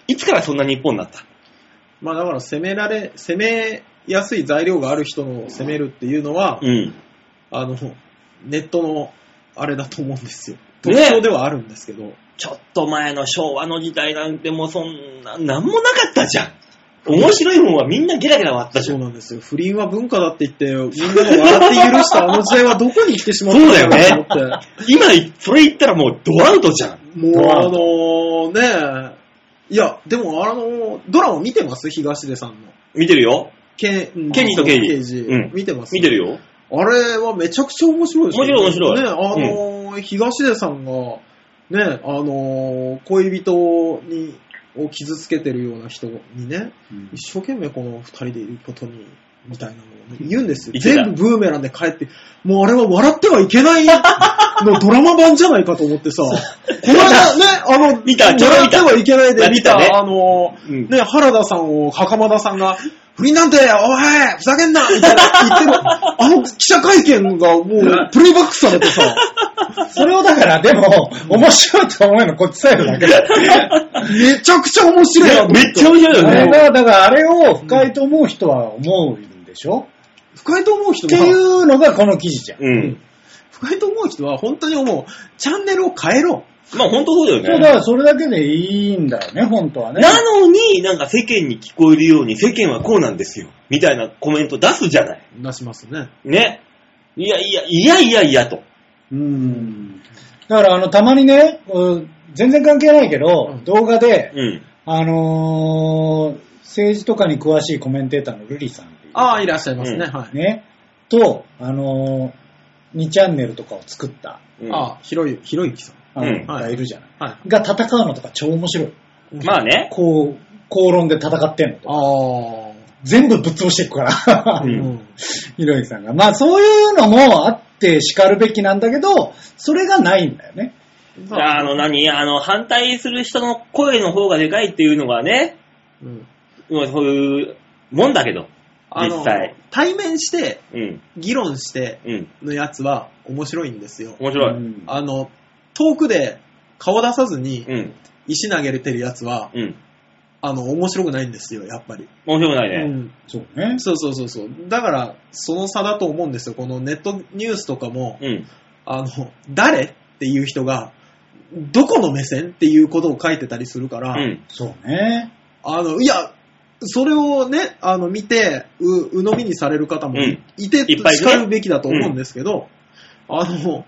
S1: いつからそんな日本になった
S2: まあだから攻められ、攻めやすい材料がある人を攻めるっていうのは、
S1: うん。
S2: あの、ネットのあれだと思うんですよ。特
S1: ね
S2: 徴ではあるんですけど、
S1: ちょっと前の昭和の時代なんてもうそんな、なんもなかったじゃん。面白いもんはみんなゲラゲラ笑ったじ
S2: そ
S1: ゃ。
S2: うんなんですよ。不倫は文化だって言って、みんなが笑って許したあの時代はどこに行ってしまったんだろうと思って。
S1: 今、それ言ったらもうドアウトじゃん。
S2: もう
S3: ドラマ
S2: あのねいや、でもあのドラマ見てます東出さんの。
S1: 見てるよ。
S2: ケン
S1: ケニーとケイジうん
S2: 見てます。
S1: 見てるよ。
S2: あれはめちゃくちゃ面白いですよね。
S1: 面白い面白い
S2: ね、あのー東出さんが、ね、あのー恋人に、を傷つけてるような人にね、
S3: うん
S2: 一生懸命この二人でいることに、みたいなのを、ね、言うんですよ。
S1: 言ってた
S2: 全部ブーメランで帰って、もうあれは笑ってはいけないのドラマ版じゃないかと思ってさ、この間ね、あの、
S1: 見たちょうど
S2: 笑
S1: 見
S2: って
S1: た
S2: はいけないで見た、
S1: やってたね
S2: あのー
S1: うん
S2: ね、原田さんを袴田さんが、不倫なんて、おい、ふざけんなみたいな言ってる、 あの記者会見がもう、プレイバックされてさ、
S3: それをだから、でも、面白いと思うのこっちサイドだけだ。
S2: めちゃくちゃ面白いなと思って。
S1: めっちゃ面白いよ
S3: あれ
S1: ね。
S3: は、だからあれを不快と思う人は思うんでしょ、
S2: 深いと思う人
S3: って
S2: は、
S3: いうのがこの記事じゃん。
S1: うん。
S2: 深いと思う人は本当に思う、チャンネルを変えろ。
S1: まあ本当そうだ
S3: そ
S1: よ
S3: うだか
S1: ね。
S3: らそれだけでいいんだよね、本当はね。
S1: なのに、なんか世間に聞こえるように、世間はこうなんですよ。みたいなコメント出すじゃない。
S2: 出しますね。
S1: ね。いやいや、いやいやいやと。
S3: うん。だから、あの、たまにね、うん全然関係ないけど、
S2: うん
S3: 動画で、
S1: うん。
S3: あのー政治とかに詳しいコメンテーターのルリさんっていう
S2: ああ、いらっしゃいますね。
S1: うん
S2: はい。
S3: ね、と、あのー、2チャンネルとかを作った、
S1: うん
S2: ああ、ひろゆ、ひろゆきさん。
S3: あの、
S1: うん
S3: がいるじゃない。
S2: はい。
S3: が戦うのとか超面白い。
S1: まあね。
S3: こう、口論で戦ってんのとか。
S2: ああ、
S3: 全部ぶっ潰していくから。
S1: う
S2: うんん。
S3: ひろゆきさんが。まあそういうのもあって叱るべきなんだけど、それがないんだよね。
S1: あの何、あの、反対する人の声の方がでかいっていうのがね、
S2: うん
S1: まあそういうもんだけど、
S2: あの
S1: 実際。
S2: 対面して、
S1: うん、
S2: 議論して
S1: うん、
S2: のやつは面白いんですよ。
S1: 面白い。
S3: うん
S2: あの、遠くで顔出さずに
S1: うん、
S2: 石投げれてるやつは、
S1: うん、
S2: あの、面白くないんですよ、やっぱり。
S1: 面白くないうね。
S2: ん。
S3: そうね。
S2: そうそうそうそう。だから、その差だと思うんですよ。このネットニュースとかも、
S1: うん、
S2: あの、誰っていう人が、どこの目線っていうことを書いてたりするから、
S1: うん、
S3: そうね。
S2: あの、いや、それをね、あの、見て、う、鵜呑みにされる方も
S1: うん
S2: いて、
S1: いっぱいいるね
S2: 叱るべきだと思うんですけど、あの、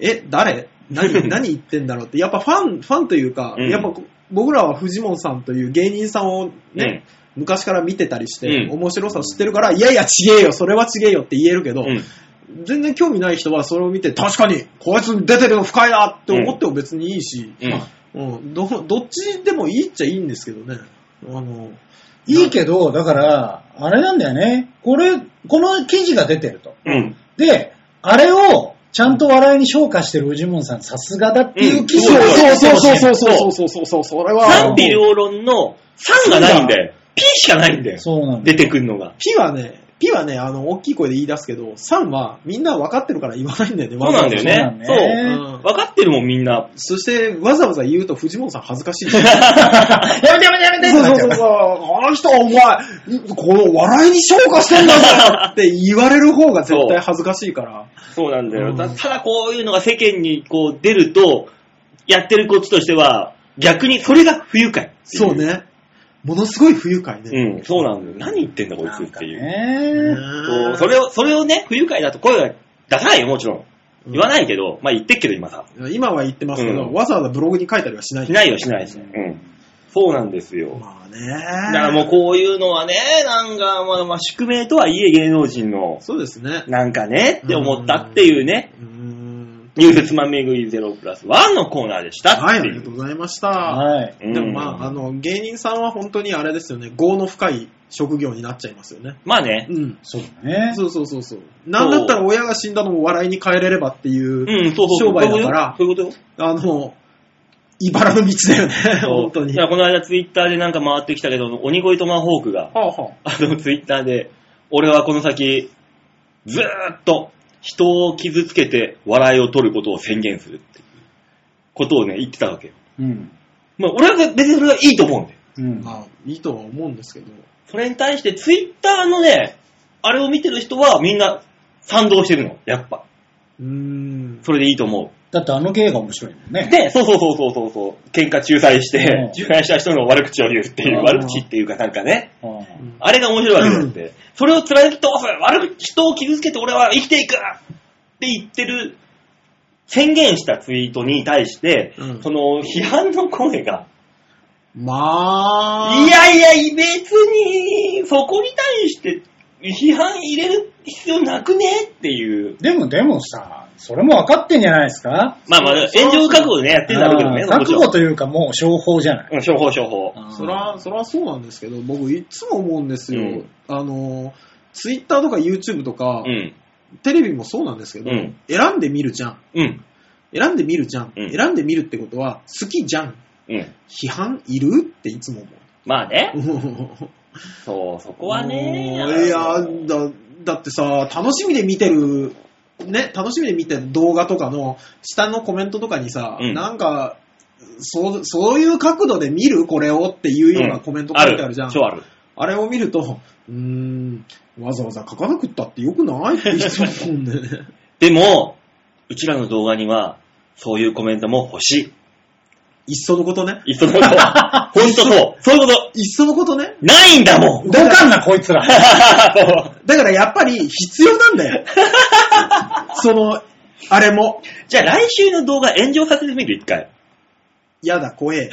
S2: え、誰 何、何言ってんだろうって、やっぱファン、ファンというか、
S1: うん
S2: やっぱ僕らは藤本さんという芸人さんをね、昔から見てたりして、
S1: うん
S2: 面白さ知ってるから、いやいや、ちげえよ、それはちげえよって言えるけど、
S1: うん、
S2: 全然興味ない人はそれを見て、確かに、こいつ出てるの深いなって思っても別にいいし、
S1: うん。
S2: うん、ど、どっちでもいいっちゃいいんですけどね。あの、
S3: いいけど、だから、あれなんだよね。これ、この記事が出てると。
S1: うん。
S3: で、あれを、ちゃんと笑いに昇華してる藤本さん、さすがだっていう記
S2: そう
S3: 事を出して
S2: そう
S3: ほしい
S2: そうそうそうそうそうそうそう、それは。
S1: 賛否両論の3がないんだよ。P しかないんだよ。
S3: そうなんだ
S1: 出
S3: よ。
S1: てくるのが。
S2: ピはね、ピはね、あの、大きい声で言い出すけど、サンはみんな分かってるから言わないんだよね、
S1: そうなんだ
S2: わざわ
S1: よね。
S3: そうなんだ
S2: よね
S1: そう。分かってるもん、みんな。
S2: ざそして、わざわざ言うと藤本さん恥ずかしいし。そう
S3: やめてやめてやめてって
S2: そ
S3: なっ
S2: う
S3: ちゃ
S2: そうう
S3: か
S2: そう。
S3: ら。
S2: あの人はお前、この笑いに昇華してんだぞって言われる方が絶対恥ずかしいから。
S1: そうなんだ
S2: う
S1: よ。
S2: ん
S1: たただこういうのが世間にこう出ると、やってるこっちとしては、逆にそれが不愉快。
S2: そう。ね。ものすごい不愉快ね。
S1: うん、そうなんだよ。何言ってんだこいつっていう。
S3: ね
S1: そうそれを、それをね、不愉快だと声は出さないよ、もちろん。言わ
S2: い、
S1: ないけど、まあ言ってっけど今さ。
S2: うん今は言ってますけ
S1: う
S2: ど、
S1: ん
S2: わざわざブログに書いたりはしない。
S1: しないよ、しないです。うん。そうなんですよ。
S2: まあね。
S1: だからもうこういうのはね、なんか、まあ、まあ宿命とはいえ芸能人の、
S2: そうですね。
S1: なんかね、って思ったっていうね、
S2: うーん。
S1: ニュースつまみぐいゼロプラスワンのコーナーでした
S2: はい、
S1: っ
S2: あ
S1: て
S2: り
S1: い
S2: がと
S1: う。
S2: うございました。
S3: はい。
S1: うん
S2: でもまあ、あの、芸人さんは本当にあれですよね、業の深い職業になっちゃいますよね。
S1: まあね、
S2: うん。
S3: そうだね。
S2: そうそうそうそう。なんだったら親が死んだのも笑いに変えれればってい
S1: う
S2: う、
S1: ん、そうそうそう。
S2: 商売だから
S1: そういうことよ。
S2: あの、茨の道だよね、
S1: そう
S2: 本当に。
S1: いや、この間ツイッターでなんか回ってきたけど、鬼越トマホークが、
S2: あは
S1: あのツイッターで、俺はこの先、ずーっと人を傷つけて笑いを取ることを宣言するっていうことをね、言ってたわけよ。
S3: うん。
S1: まあ、俺は別にそれはいいと思うんだよ。
S3: うん。
S2: まあ、いいとは思うんですけど。
S1: それに対してツイッターのね、あれを見てる人はみんな賛同してるの。やっぱ。
S2: うーん。
S1: それでいいと思
S3: だってあの芸が面白いもん
S1: う。
S3: ね。
S1: で、そうそうそうそうそうそう、喧嘩仲裁して、
S3: うん
S1: 仲裁した人の悪口を言うっていうう、
S3: ん
S1: 悪口っていうかなんかね、
S3: うん
S1: あれが面白いわけだって。それを貫き通す悪口、人を傷つけて俺は生きていくって言ってる、宣言したツイートに対して、
S2: うん
S1: その批判の声が、
S2: まあ、
S1: いやいや、別に、そこに対して批判入れる必要なくねっていう。
S3: でもでもさ、それも分かってんじゃないですか
S1: まあまあ、
S2: そう
S1: 炎上覚悟でね、やってるんだろうけどね
S3: あー、
S1: もち
S3: 覚
S1: ろん
S3: 悟というかもう商法じゃない。
S1: うん、処方処方。
S2: そら、そらそうなんですけど、僕いつも思うんですよ。
S1: うん
S2: あの、ツイッターとか YouTube とか、
S1: うん。
S2: テレビもそうなんですけど、
S1: うん
S2: 選んでみるじゃん。
S1: うん。
S2: 選んでみるじゃん。
S1: うん
S2: 選んでみるってことは、好きじゃん。
S1: うん。
S2: 批判いるっていつも
S1: まあね。
S2: 思う。
S1: そう、そこはね。
S2: もういやだ、だってさ、楽しみで見てる、ね、楽しみで見てる動画とかの下のコメントとかにさ、
S1: うん
S2: なんか、そう、そういう角度で見るこれをっていうようなコメント書いてあるじゃん。
S1: 超ある。
S2: あれを見ると、うーん、わざわざ書かなくったってよくないっていつも思うんだよね。
S1: でも、うちらの動画には、そういうコメントも欲し
S2: いっそのことね。
S1: い。いっその こと。ほんとそう。そういうこと。
S2: いっそのことね。
S1: ないんだもん。
S3: どかんな、こいつら。
S1: そう
S2: だからやっぱり必要なんだ よ。その、あれも、
S1: じゃあ来週の動画炎上させてみる、一回。
S2: やだ、怖え。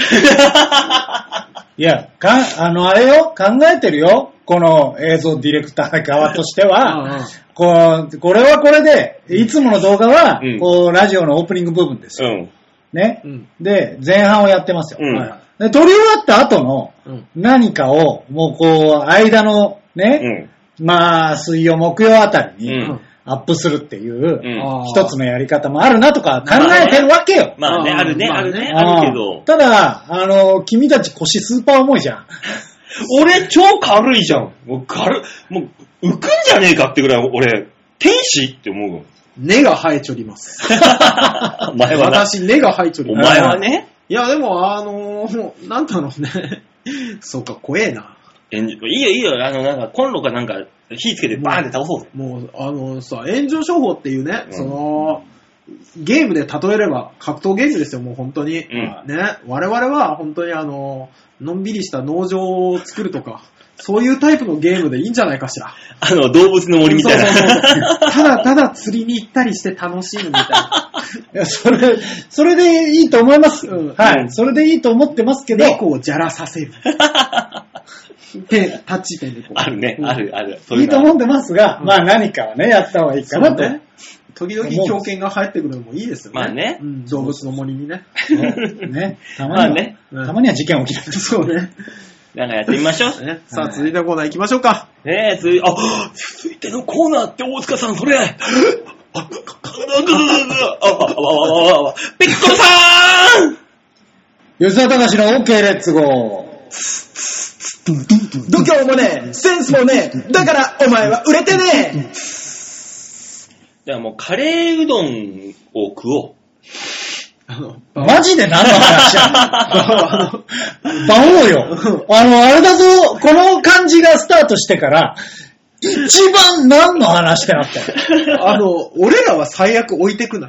S3: いや、か、あの、あれよ、考えてるよ。この映像ディレクター側として
S2: うんうん
S3: は、こう、これはこれで、いつもの動画は
S1: うん、
S3: こう、ラジオのオープニング部分です
S1: う
S3: よ。
S1: ん。
S3: ね
S2: う。ん。
S3: で、前半をやってますよ。
S1: うん
S3: はいで撮り終わった後の
S2: うん。
S3: 何かを、もうこう、間の
S1: う
S3: ね、
S1: ん。
S3: まあ、水曜、木曜あた
S1: う
S3: りに
S1: ん
S3: アップするってい
S1: う
S3: う、
S1: ん
S2: あー
S3: 一つのやり方もあるなとか考えてるわけよ。
S1: まあね、
S2: あー
S1: あるね、
S2: ま
S1: あ
S2: あね
S1: るね、あるけ
S3: うん
S1: ど。
S3: ただ、あの、君たち腰スーパー重いじゃん。
S1: 俺超軽いじゃん。もう軽い、もう浮くんじゃねえかってぐらい、俺、天使って思う よ。
S2: 根が生えちょります。
S1: お前はな。
S2: 私、根が生えちょり
S1: お
S2: ます。
S1: 前はね、
S2: いや、でも、あのー、なんだろうね。そうか、怖えな。
S1: 炎上いいよいいよ、あの、なんかコンロかなんか火つけてバーンって倒そうぜ。
S2: もう、あのさ、炎上商法っていうね、
S1: うん
S2: その、ゲームで例えれば、格闘ゲームですよ、もう本当に。
S1: うん
S2: ね、我々は本当にあの、のんびりした農場を作るとか、そういうタイプのゲームでいいんじゃないかしら。
S1: あの、動物の森みたい
S2: そうそう
S1: な。
S2: そうただただ釣りに行ったりして楽しむみたい な。
S3: いや、 それ、それでいいと思います。
S2: うん
S3: は
S1: うん
S3: い。それでいいと思ってますけど、
S2: 猫をじゃらさせる。ペン、タッチペンでこう。
S1: あるね、
S2: うん
S1: ある、ある。そう
S3: いいと
S1: の
S3: 思ってますが、
S2: うん
S3: まあ何かはね、やった方がいい
S2: そ
S3: か
S2: う
S3: なと。
S2: ね。時々狂犬が入ってくるのもいいですよね。
S1: まあね
S2: うん、動物の森に ね。
S3: うん ね。たまには、
S1: まあね
S2: うん
S3: たまには事件起きる。
S2: そうね。
S1: なんかやってみましょ う。
S2: ねさあ、続いてのコーナー行きましょうか。
S1: ねえ、つい、あ、続いてのコーナーって大塚さん、それ。あ、か、か、か、あ、わ、わ、わ、わ、わ、ピッコロさーん
S3: 吉沢隆の OK レッツゴー。
S2: 度胸もねえ、センスもねえ、だからお前は売れてね
S1: じゃあもう、カレーうどんを食おう。
S2: え
S3: マジで何の話やん。バオよ。あの、あれだぞ、この感じがスタートしてから、一番何の話ってなったよ。
S2: あの、俺らは最悪置いてくな。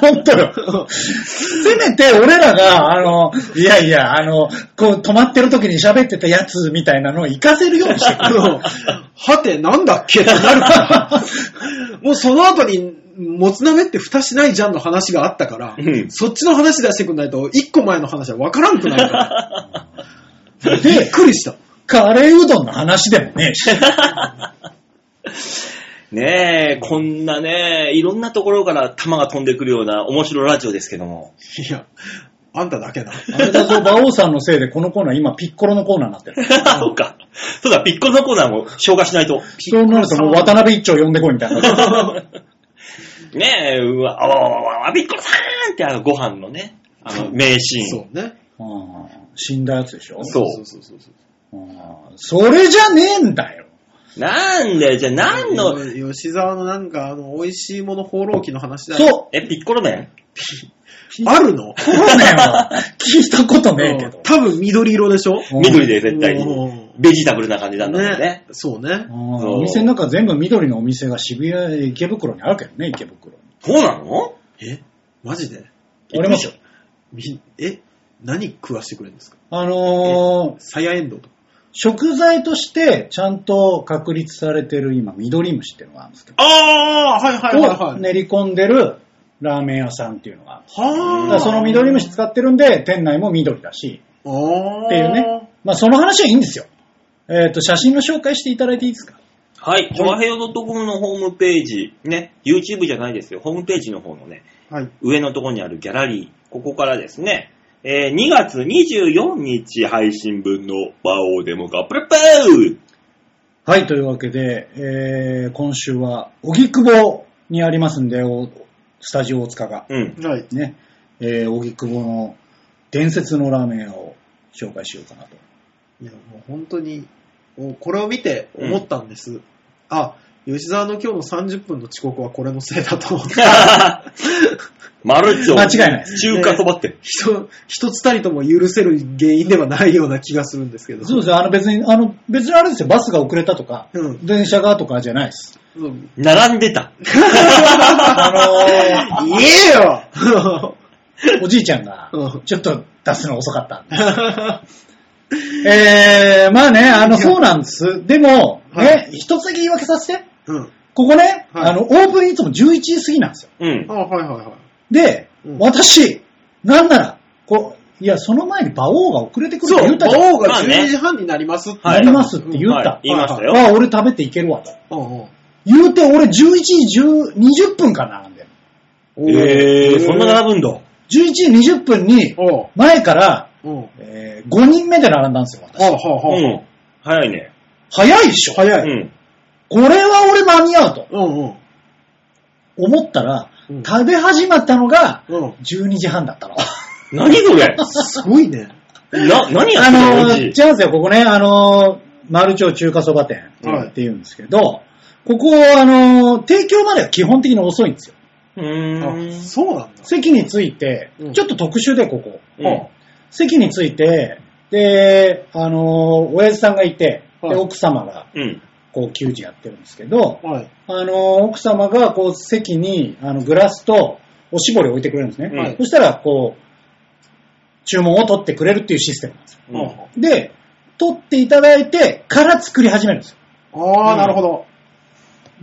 S3: 本当よ。せめて俺らが、あの、いやいや、あの、こう止まってる時に喋ってたやつみたいなのを活かせるようにしてく
S2: あ
S3: れ
S2: の、はて、なんだっけってなるから。もうその後に、もつ鍋って蓋しないじゃんの話があったから、
S1: うん
S2: そっちの話出してくんないと、一個前の話は分からんくなるから。 びっ
S3: で、
S2: くりした。
S3: カレーうどんの話でもねえし。
S1: ねえ、こんなね、いろんなところから弾が飛んでくるような面白いラジオですけども。
S2: いや、あんただけだ。
S3: あれだぞ、馬王さんのせいでこのコーナー今ピッコロのコーナーになってる。
S1: そうか。そうだ、ピッコロのコーナーも消化しないと。
S3: そうなるともう渡辺一丁呼んでこいみたいな。
S1: ねえ、うわ、あわわわわ、ピッコロさーんってあのご飯のね、あの名シーン。
S2: そうね。
S3: うん死んだやつでしょ
S1: そう
S2: うそうそうそう。
S3: うんそれじゃねえんだよ。
S1: なんで、じゃあ何の、
S2: よ吉沢のなんか、あの、美味しいもの放浪記の話だよ。
S3: そう。
S1: え、ピッコロ麺
S2: ある の
S3: コロネは聞いたことねえけど。
S2: 多分緑色でしょ
S3: うん
S1: 緑で絶対
S2: うん
S1: に。ベジタブルな感じなんだもんね。
S2: そうね。
S3: うん
S1: そう
S3: お店の中全部緑のお店が渋谷、池袋にあるけどね、池袋に。
S1: そうなの
S2: えマジで
S3: 俺も
S1: びっくりし
S2: みえ何食わしてくれるんですか
S3: あのー
S2: サヤエンドウとか。
S3: 食材としてちゃんと確立されてる今、緑虫っていうのがあるんですけど、
S2: ああはいは
S3: を練り込んでるラーメン屋さんっていうのがあるんです
S2: は
S3: だ
S2: あ。
S3: からその緑虫使ってるんで、店内も緑だし、
S2: あー
S3: っていうね。まあその話はいいんですよ。えっ、と、写真の紹介していただいていいですか
S1: はい、ジョアヘヨ .com のホームページ、ね、YouTube じゃないですよ、ホームページの方のね、
S2: はい。
S1: 上のところにあるギャラリー、ここからですね、えー2月24日配信分のバオデモカプレプ
S3: はい、というわけで、えー、今週は、荻窪にありますんで、おスタジオ大塚が。
S1: ー うん。
S2: はい。
S3: ね、えー、荻窪の伝説のラーメン屋を紹介しようかなと。
S2: いや、もう本当に、もうこれを見て思ったんです。あ、吉沢の今日の30分の遅刻はこれのせいだと思って。
S1: マルチョ
S3: 間違いないです
S1: 中華そばって。
S2: 人、一つたりとも許せる原因ではないような気がするんですけど。
S3: そうですよあの別に、あの、別にあれですよ、バスが遅れたとか、
S2: うん
S3: 電車がとかじゃない です。
S2: うん
S1: 並んでた。
S3: あ
S2: 言えよ
S3: のー、おじいちゃんが
S2: うん、
S3: ちょっと出すの遅かったんで。えー、まあね、あの、そうなんです。でも、
S2: はい
S3: ね、一つだけ言い訳させて。
S2: うん。
S3: ここね、
S2: はい
S3: あの、オープンいつも11時過ぎなんですよ。
S1: うん
S2: あ、。はいはいはい。
S3: で、
S2: うん
S3: 私、なんなら、こう、いや、その前に馬王が遅れてくるっ
S2: そ
S3: て
S2: う、
S3: 言ったじゃん
S2: 馬王が
S1: まあね
S2: 12時半になりますって
S1: はい
S3: なりますって言
S2: う。
S3: った。
S1: はい言いましたよ。
S3: あ、俺食べていけるわと。
S2: うんうん
S3: 言うて、俺11時10 20分かな、なんで。
S2: お
S1: えー、そんな並ぶんだ。
S3: 11時20分に、
S2: おう
S3: 前から、
S2: うん。は
S3: えー5人目で並んだんですよ、
S2: あ
S3: 私。
S2: はあ
S1: う
S2: はあ。
S1: ん。早いね。
S3: 早いでしょ
S1: う
S2: 早い。
S1: ん。
S3: これは俺間に合うと
S2: うんうん。
S3: 思ったら、
S2: うん
S3: 食べ始まったのが
S2: うん。
S3: 12時半だったの。
S1: 何それ
S2: すごいね。
S1: な、何や
S3: あ
S1: ってんのお
S3: のー、
S1: じい
S3: 違うんですよ、ここね、あのー、丸町中華そば店
S2: はい
S3: って言うんですけど、ここ、あのー、提供までは基本的に遅いんですよ。
S1: うー
S2: あ、
S1: ん。
S2: そうなんだ。
S3: 席について
S2: う、ん
S3: ちょっと特殊で、ここ。
S1: うん
S3: 席について、で、あのー、親父さんがいて、
S2: はい
S3: で、奥様が、
S1: うん。
S3: こう、給仕やってるんですけど、
S2: はい。
S3: あのー、奥様が、こう、席に、あの、グラスと、おしぼりを置いてくれるんですね。
S1: はい
S3: そしたら、こう、注文を取ってくれるっていうシステムなんですよ。
S1: うん
S2: うん
S3: で、取っていただいてから作り始めるんですよ。
S2: あ
S1: う
S2: あ、
S1: ん
S2: なるほど。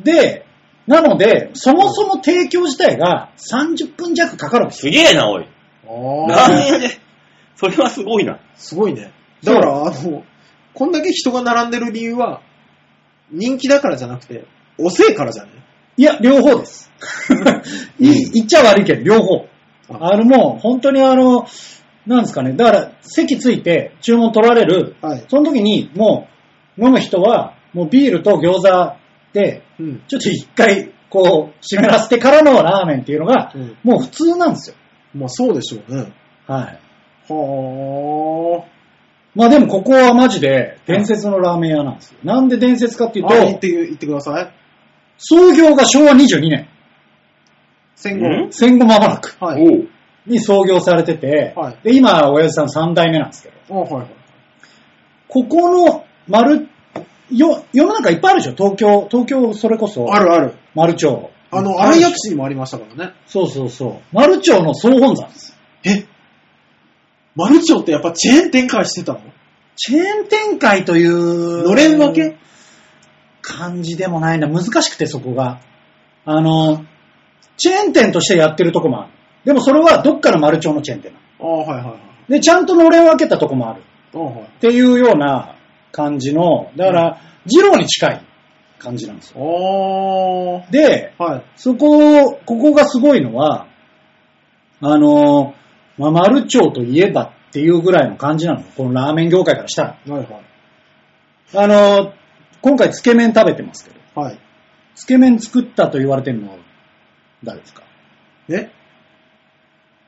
S3: で、なので、そもそも提供自体が30分弱かかるんですよ。
S1: すげえな、おい。ラー
S2: あ
S1: メ
S2: あ、
S1: ン屋で。それはすごいな。
S2: すごいね。だから、あの、こんだけ人が並んでる理由は、人気だからじゃなくて、遅いからじゃね
S3: いや、両方です。いい言っちゃ悪いけど、両方。あの、もう、本当にあの、なんですかね。だから、席ついて注文取られる。
S2: はい。
S3: その時に、もう、飲む人は、もうビールと餃子で、
S2: うん。
S3: ちょっと一回、こう、湿らせてからのラーメンっていうのが
S2: うん、
S3: もう普通なんですよ。
S2: まあ、そうでしょうね。
S3: はい。
S2: は
S3: まあでもここはマジで伝説のラーメン屋なんですよ。なんで伝説かってい
S2: あ。あ、言
S3: う
S2: っ
S3: と、
S2: て、言ってください。
S3: 創業が昭和22年、
S2: 戦
S1: うん
S2: 後。
S3: 戦後間もなく
S2: はい。
S1: おう。
S3: に創業されてて、
S2: はい
S3: で、今、親父さん3代目なんですけど、
S2: あはいはい。
S3: ここの丸、よ、世の中いっぱいあるでしょ東京、東京それこそ。
S2: あるある。
S3: 丸町。
S2: あの、
S3: あ
S2: 荒井薬師にもありましたからね。
S3: そうそうそう。丸町の総本山です。
S2: えマルチョってやっぱチェーン展開してたの
S3: チェーン展開という。
S2: のれん分け
S3: 感じでもないな。難しくてそこが。あの、チェーン店としてやってるとこもある。でもそれはどっかの丸町のチェーン店なの。
S2: ああ、はいはいはい。
S3: で、ちゃんとのれん分けたとこもある。
S2: ああ、はい。
S3: っていうような感じの、だから、二郎に近い感じなんですよ。
S2: あ
S3: で、
S2: あ、はい。
S3: そこ、ここがすごいのは、あの、まあ、丸町といえばっていうぐらいの感じなの。このラーメン業界からしたら。
S2: はいはい。
S3: あの、今回つけ麺食べてますけど、
S2: はい。
S3: つけ麺作ったと言われてるのは誰ですか
S2: え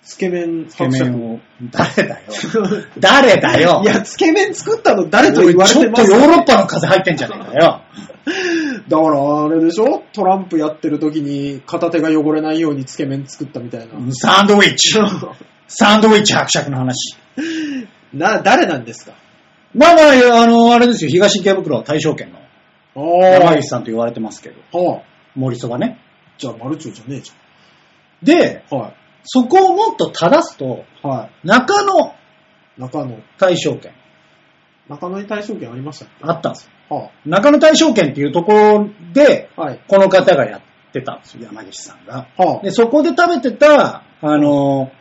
S2: つけ麺
S3: つけ
S2: 伯爵
S3: 麺を。誰だよ。誰 だよ。
S2: いや、つけ麺作ったの誰と
S3: おい
S2: 言われ
S3: ちょ
S2: て
S3: っと
S2: ます
S3: ヨーロッパの風入ってんじゃねえかよ。
S2: だからあれでしょトランプやってる時に片手が汚れないようにつけ麺作ったみたいな。
S3: サンドウィッチ。サンドウィッチ伯爵の話。
S2: な、誰なんですか
S3: まあまあ、あの、あれですよ、東池袋は大正圏の
S2: あ
S3: 山
S2: あ
S3: 岸さんと言われてますけど、
S2: はあ。
S3: 森そばね。
S2: じゃあ、マルチョじゃねえじ
S3: で、
S2: ゃん。はい。
S3: そこをもっと正すと、
S2: は
S3: 中野
S2: い。中野。
S3: 大正圏
S2: 中野に対象権ありましたっけ
S3: あったんですよ。
S2: は
S3: 中野大正圏っていうところで、
S2: あ。はい。
S3: この方がやってたんですよ、山岸さんが。
S2: は
S3: で、そこで食べてた、あの、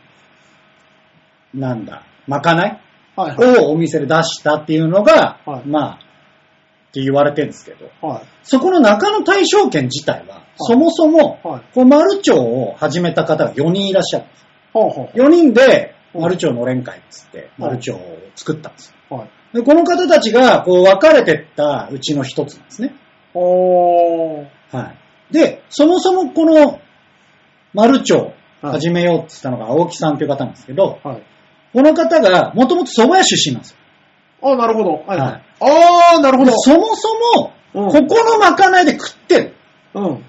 S3: なんだ、まかない
S2: あ。はいはい。
S3: をお店で出したっていうのが、
S2: はい
S3: まあ、って言われてるんですけど、
S2: はい。
S3: そこの中野大正圏自体は、そもそも、
S2: はい。
S3: こう丸町を始めた方が4人いらっしゃるんです。
S2: はあは
S3: 4人で、丸町のれん会っつって、丸町を作ったんです
S2: あ。
S3: よ。
S2: はい。
S3: で、この方たちが、こう、分かれてったうちの一つなんですね。
S2: おー。
S3: はい。で、そもそもこの、丸町を始めようって言ったのが青木さんという方なんですけど、
S2: はい。
S3: この方が、もともと蕎麦屋出身なんですよ。
S2: あなるほど。はい。
S3: はい
S2: あー、なるほ
S3: で
S2: ど。
S3: そもそも、
S2: うん
S3: ここのまかないで食ってる。
S2: うん。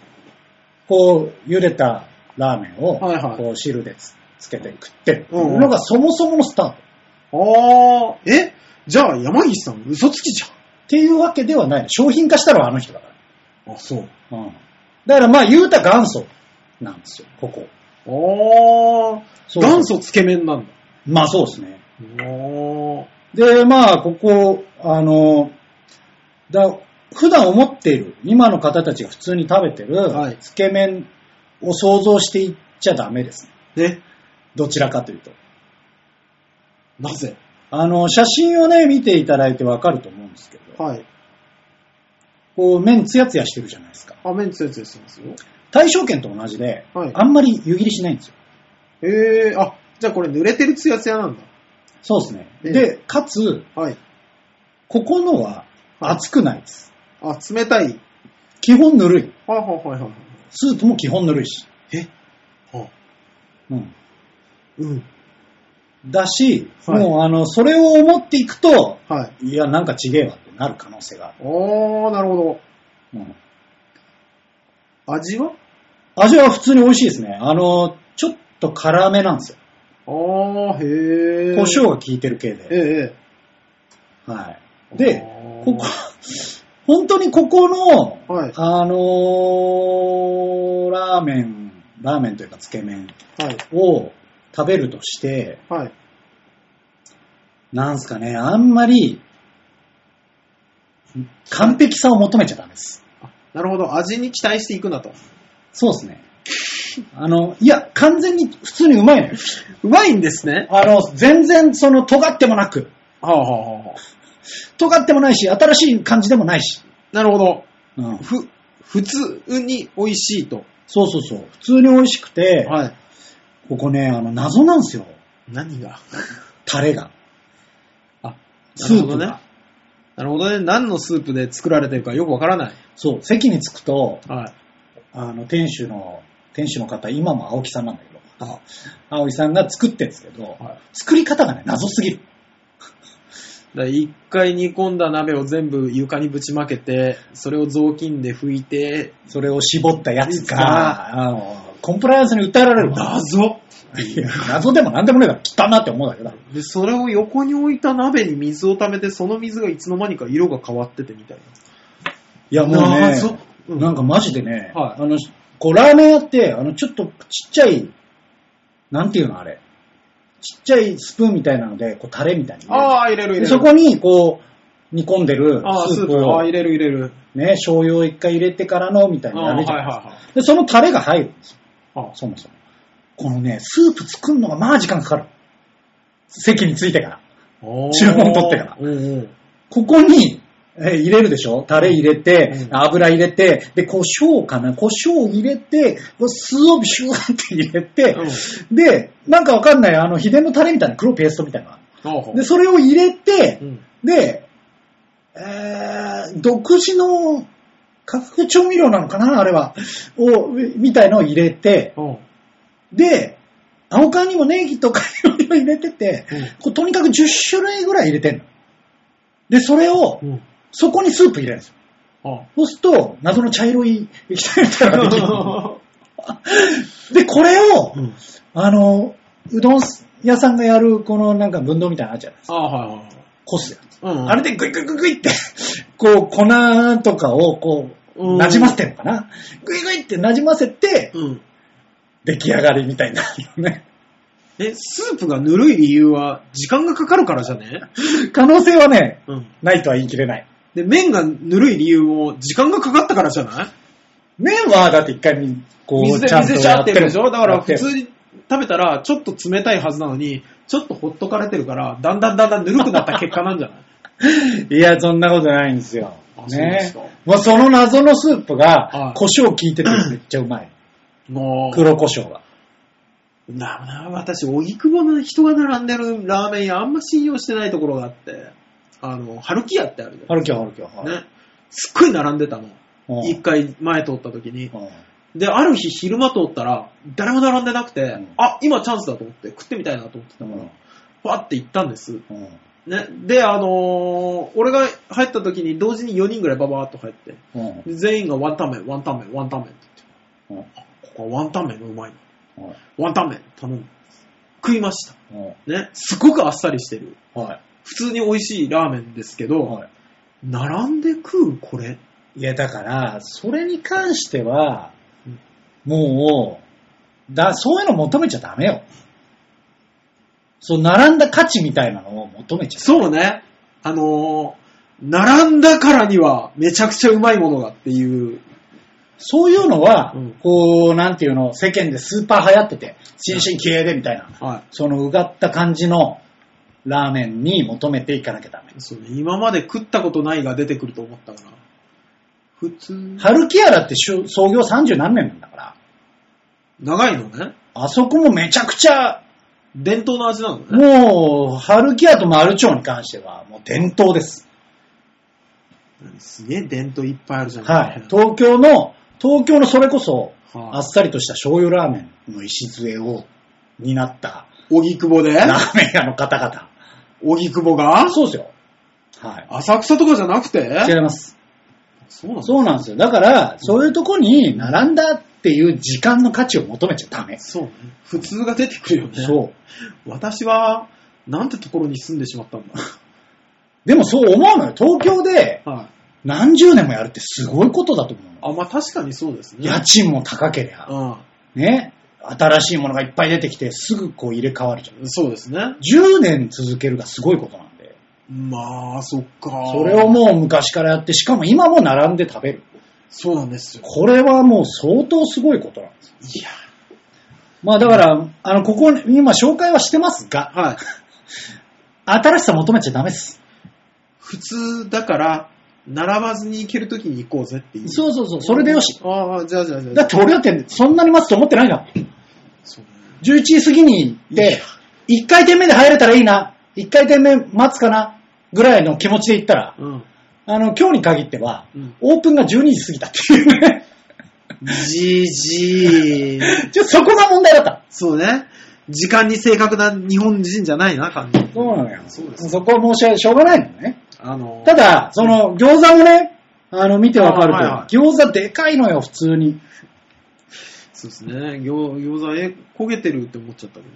S3: こう、茹でたラーメンを、
S2: はいはい
S3: こう、汁でつつけて食ってる。
S2: うん
S3: のがそもそものスタート。
S2: あー。えじゃあ、山岸さん、嘘つきじ
S3: っていうわけではない。商品化したのはあの人だか
S2: ゃん。あ、そう。
S3: ら。うん。だからまあ言うたら元祖なんですよ、ここ。
S2: あー。
S3: そう
S2: 元祖つけ麺なんだ。
S3: まあそうですね。
S2: おー。
S3: で、まあここ、あの、だ普段思っている、今の方たちが普通に食べてる、
S2: はい
S3: つけ麺を想像していっちゃダメですね。
S2: ね。
S3: どちらかというと。
S2: なぜ
S3: あの、写真をね、見ていただいてわかると思うんですけど、
S2: はい。
S3: こう、麺ツヤツヤしてるじゃないですか。
S2: あ、麺つやつやしてますよ。
S3: 対象券と同じで、
S2: はい
S3: あんまり湯切りしないんですよ。
S2: へえー、あ、じゃあこれ濡れてるつやつやなんだ。
S3: そうですね。
S2: ええ
S3: で、かつ、
S2: はい。
S3: ここのは熱くないです。
S2: あ、冷たい。
S3: 基本ぬるい。
S2: はいはいはいはい。
S3: スープも基本ぬるいし。
S2: えあ、
S3: うん。
S2: うん。
S3: だし、
S2: はい
S3: もうあの、それを思っていくと、
S2: はい。
S3: いや、なんかちげえわってなる可能性がある。
S2: おー、なるほど。
S3: うん
S2: 味は
S3: 味は普通に美味しいですね。あの、ちょっと辛めなんですよ。
S2: あー、へー。
S3: 胡椒が効いてる系
S2: え
S3: で。
S2: え、
S3: はい。
S2: ええ。
S3: で、
S2: あー
S3: こ こ、本当にここの、
S2: はい
S3: あのーラーメン、ラーメンというかつけ麺
S2: はい。
S3: を食べるとして、
S2: はい。
S3: なんすかね、あんまり、完璧さを求めちゃダメです。
S2: あなるほど。味に期待していくなと。
S3: そうですね。あの、いや、完全に普通にうまいのよ。
S2: うまいんですね。
S3: あの、全然その尖ってもなく、
S2: はあ、はあはあはあ、
S3: 尖ってもないし、新しい感じでもないし。
S2: なるほど。
S3: うん。
S2: ふ、普通に美味しいと。
S3: そうそうそう。普通に美味しくて、
S2: はい。
S3: ここね、あの、謎なんですよ。
S2: 何が
S3: タレが。
S2: あ、
S3: スープ
S2: なるほど
S3: が
S2: ね。。なるほどね。何のスープで作られてるかよくわからない。
S3: そう、席に着くと、
S2: はい。
S3: あの、店主の、店主の方、今も青木さんなんだけど、
S2: あ、
S3: 青木さんが作ってるんですけど、
S2: はい
S3: 作り方がね、謎すぎる。
S2: だ一回煮込んだ鍋を全部床にぶちまけて、それを雑巾で拭いて、
S3: それを絞ったやつ
S2: いいっす
S3: が、
S2: か
S3: あの、コンプライアンスに訴えられるわ。
S2: 謎
S3: いや謎でも何でもねえだろ、汚なって思うだけだろ。
S2: で、それを横に置いた鍋に水を溜めて、その水がいつの間にか色が変わっててみたいな。
S3: いや、もう
S2: あー
S3: ね
S2: そう、うん
S3: なんかマジでね、
S2: はい
S3: あの、こう、ラーメン屋って、あの、ちょっとちっちゃい、なんていうのあれ。ちっちゃいスプーンみたいなので、こう、タレみたいに入れる。
S2: ああ、入れる入れ
S3: で
S2: る。
S3: そこに、こう、煮込んでる
S2: ああ、
S3: ス
S2: ス
S3: ー
S2: ー
S3: プ
S2: プ。あ
S3: を
S2: あ、、入れる入れる。
S3: ね、醤油を一回入れてからの、みたい
S2: あ
S3: な
S2: あ、
S3: のあ
S2: は
S3: る
S2: い
S3: じゃ
S2: は
S3: ないいですか
S2: は
S3: で、そのタレが入るんですよ。
S2: い。あ
S3: そもそも。このね、スープ作るのがまあ時間かかる。席に着いてから。
S2: あ
S3: 注文取ってから
S2: おーおー
S3: ここに、えー入れるでしょタレ入れて、
S2: うん
S3: 油入れて、で、胡椒かな胡椒入れて、こう酢をビシューって入れて、で、なんかわかんない、あの、秘伝のタレみたいな黒ペーストみたいな
S2: うん。
S3: の。で、それを入れて
S2: う、ん、
S3: で、えー、独自の化学調味料なのかなあれは。を、みたいのを入れて、
S2: うん。
S3: で、青缶にもネギとかいろいろ入れてて、こうとにかく10種類ぐらい入れてんの。で、それを
S2: う、ん。
S3: そこにスープ入れるんですよ。
S2: あ
S3: そうすると、謎の茶色い液体みたいなのができる。
S2: あ。
S3: で、これを
S2: う、ん。
S3: あの、うどん屋さんがやる、このなんか分動みたいなのあるじゃないですか。
S2: ああ、はいはい。
S3: こすやつ。
S2: うん。
S3: あれでグイグイグイグイって、こう、粉とかをこ
S2: う
S3: う、
S2: ん
S3: なじませてるのかな。グイグイってなじませて、
S2: うん。
S3: 出来上がりみたいになるよね。
S2: え、スープがぬるい理由は、時間がかかるからじゃね
S3: 可能性はね、
S2: うん。
S3: ないとは言い切れない。
S2: で、麺がぬるい理由も、時間がかかったからじゃない
S3: 麺は、だって一回に、こう、
S2: 水で、
S3: ちゃんと
S2: 水しち
S3: や
S2: ゃ
S3: っ
S2: ってて
S3: る
S2: るでしょだから、普
S3: やって
S2: 通に食べたら、ちょっと冷たいはずなのに、ちょっとほっとかれてるから、だんだんだんだんぬるくなった結果なんじゃない
S3: るいや、そんなことないんですよ。
S2: あそうで
S3: ね
S2: すか。
S3: もうその謎のスープ
S2: は
S3: が
S2: い、
S3: 胡椒効いててめっちゃうまい。
S2: もう。
S3: 黒胡椒が。
S2: なな私、荻窪の人が並んでるラーメン屋、あんま信用してないところがあって、あの、春木屋ってあるじゃ
S3: 春樹は春樹は。
S2: ん。ね。すっごい並んでたの。
S3: うん
S2: 一回前通った時に。
S3: うん
S2: で、ある日昼間通ったら、誰も並んでなくて、
S3: ん
S2: あ、今チャンスだと思って、食ってみたいなと思ってた
S3: う
S2: から、
S3: ん
S2: バって行ったんです。
S3: うん
S2: ね。で、あのー俺が入った時に同時に4人ぐらいババーっと入って、
S3: うん
S2: で全員がワンタン麺、ワンタン麺、ワンタン麺って
S3: うんう
S2: 言
S3: ん
S2: って、ここはワンタン麺がうまいの。ワンタン麺頼む。食いました。
S3: うん
S2: ね。すごくあっさりしてる。
S3: はい
S2: 普通に美味しいラーメンですけど、
S3: は
S2: 並んで食うこれ。
S3: い。いや、だから、それに関しては
S2: うん、
S3: もう、だ、そういうの求めちゃダメよ。そう、並んだ価値みたいなのを求めちゃ
S2: そうね。あのー並んだからにはめちゃくちゃうまいものがっていう。
S3: そういうのは、
S2: うん
S3: こう、なんていうの、世間でスーパー流行ってて、新進気鋭でみたいな、
S2: は
S3: そのうがった感じのラーメンに求めていかなきゃダメ
S2: い。。そうね。今まで食ったことないが出てくると思ったから。普通。
S3: 春木屋だってしゅ創業30何年なんだから、
S2: 長いのね。
S3: あそこもめちゃくちゃ、
S2: 伝統の味なのね。
S3: もう、春木屋と丸町に関しては、もう伝統です。
S2: すげえ伝統いっぱいあるじゃん。
S3: はい。東京の、東京のそれこそ、
S2: は
S3: あ
S2: あ
S3: っさりとした醤油ラーメンの礎を、になった、
S2: 荻窪で
S3: ラーメン屋の方々。
S2: 荻窪が
S3: あ、そうですよ。はい。
S2: 浅草とかじゃなくて
S3: 違います。
S2: そうなの
S3: そうなんですよ。だから、そういうとこに並んだっていう時間の価値を求めちゃダメ。
S2: そうね。普通が出てくるよね。
S3: そう。
S2: 私は、なんてところに住んでしま ったんだ。
S3: でもそう思うのよ。東京で
S2: はい。
S3: 何十年もやるってすごいことだと思う
S2: あ、
S3: の。
S2: まあ確かにそうですね。
S3: 家賃も高ければ、ね、新しいものがいっぱい出てきてすぐこう入れ替わるじゃん。
S2: うん。そうですね。
S3: 10年続けるがすごいことなんで。
S2: まあ、そっか。
S3: それをもう昔からやって、しかも今も並んで食べる。
S2: そうなんですよ。
S3: これはもう相当すごいことなんですよ。
S2: いや。
S3: まあだから、あの、ここ、今紹介はしてますが、
S2: はい。
S3: 新しさ求めちゃダメです。
S2: 普通だから、並ばずに行けるときに行こうぜっていう。
S3: そうそうそう、それでよし。
S2: ああ、じゃあじゃあじゃあ。
S3: だって俺だってそんなに待つと思ってないんだもん。
S2: そうね
S3: 11時過ぎに行っ
S2: いや
S3: て、1回転目で入れたらいいな、1回転目待つかな、ぐらいの気持ちで行ったら、
S2: うん。
S3: あの、今日に限っては、
S2: うん
S3: オープンが12時過ぎたっていうね。
S2: じじい。
S3: ちょそこが問題だった。
S2: そうね。時間に正確な日本人じゃないな、感じ。
S3: そうなのよ。
S2: そうです。
S3: そこは申し訳しょうがないのね。
S2: あの、
S3: ただ、その、餃子もね、あの、見てわか
S2: あはいは
S3: る
S2: い
S3: けど、餃子でかいのよ、普通に。
S2: そうですね。餃餃子、え、焦げてるって思っちゃったけど。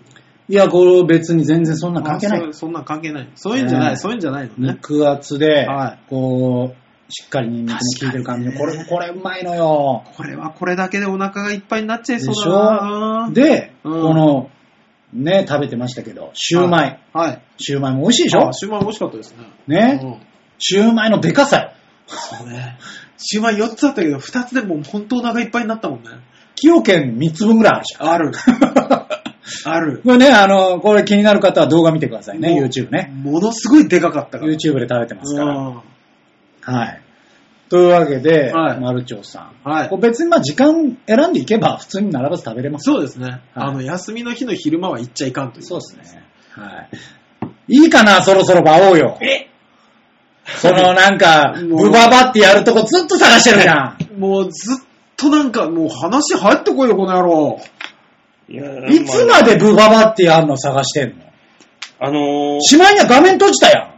S3: いや、これ別に全然そんな関係
S2: あ
S3: ない
S2: そ。うそんなん関係ない。そういうんじゃない、
S3: ね
S2: そういうんじゃないのね。
S3: 肉厚で、
S2: は
S3: こう、しっかりニンニクも効いてる感じの、こ
S2: 確かに
S3: れ、
S2: ね
S3: これうまいのよ。
S2: これはこれだけでお腹がいっぱいになっちゃい
S3: でし
S2: そうだな
S3: ょで、
S2: うん
S3: この、ね、食べてましたけど、シューマイ。
S2: はい。
S3: シューマイも美味しいでし
S2: あ
S3: ょ
S2: シューマイ美味しかったですね。
S3: ね、
S2: うん
S3: シューマイのデカさよ。
S2: そうね。シューマイ4つあったけど、2つでもう本当お腹いっぱいになったもんね。
S3: 清県3つ分ぐらいあ るじゃん。
S2: ある。ある。
S3: これね、あの、これ気になる方は動画見てくださいね、
S2: もう
S3: YouTube ね。
S2: ものすごいでかかったから。
S3: YouTube で食べてますから。
S2: うん
S3: はい。というわけで、
S2: はい
S3: マルチョウさん。
S2: はい
S3: こう別にまあ時間選んでいけば普通に並ばず食べれます。
S2: そうですね。あの、休みの日の昼間は行っちゃいかんという。
S3: そうですね。はい。いいかな、そろそろ馬王よ。
S1: え
S3: そのな んか、
S2: もう
S3: ブババってやるとこずっと探してるじゃん。
S2: もうずっとなんか、もう話入ってこいよ、この野郎。
S1: いや
S3: いつまでブババってやるの探してんの
S1: あのー、
S3: しまいには画面閉じたや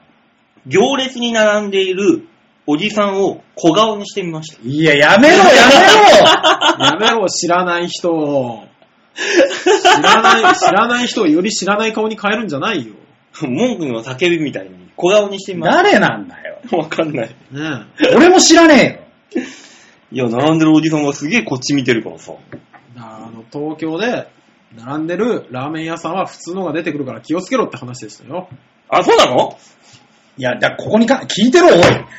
S1: 行列に並んでいるおじさんを小顔にしてみました。
S3: ん。いや、やめろ、やめろ
S2: やめろ、知らない人を。知らない、知らない人をより知らない顔に変えるんじゃないよ。
S1: 文句の叫びみたいに小顔にしてみ まし
S3: 誰なんだよ。
S1: た。わかんない。
S2: ねえ。
S3: 俺も知らね
S1: いや、並んでるおじさんがすげえこっち見てるからさ。
S2: だからあの、東京で、並んでるラーメン屋さんは普通のが出てくるから気をつけろって話でしたよ。
S1: あ、そうなの
S3: えよ。いや、だからここにか、聞いてろ、おい。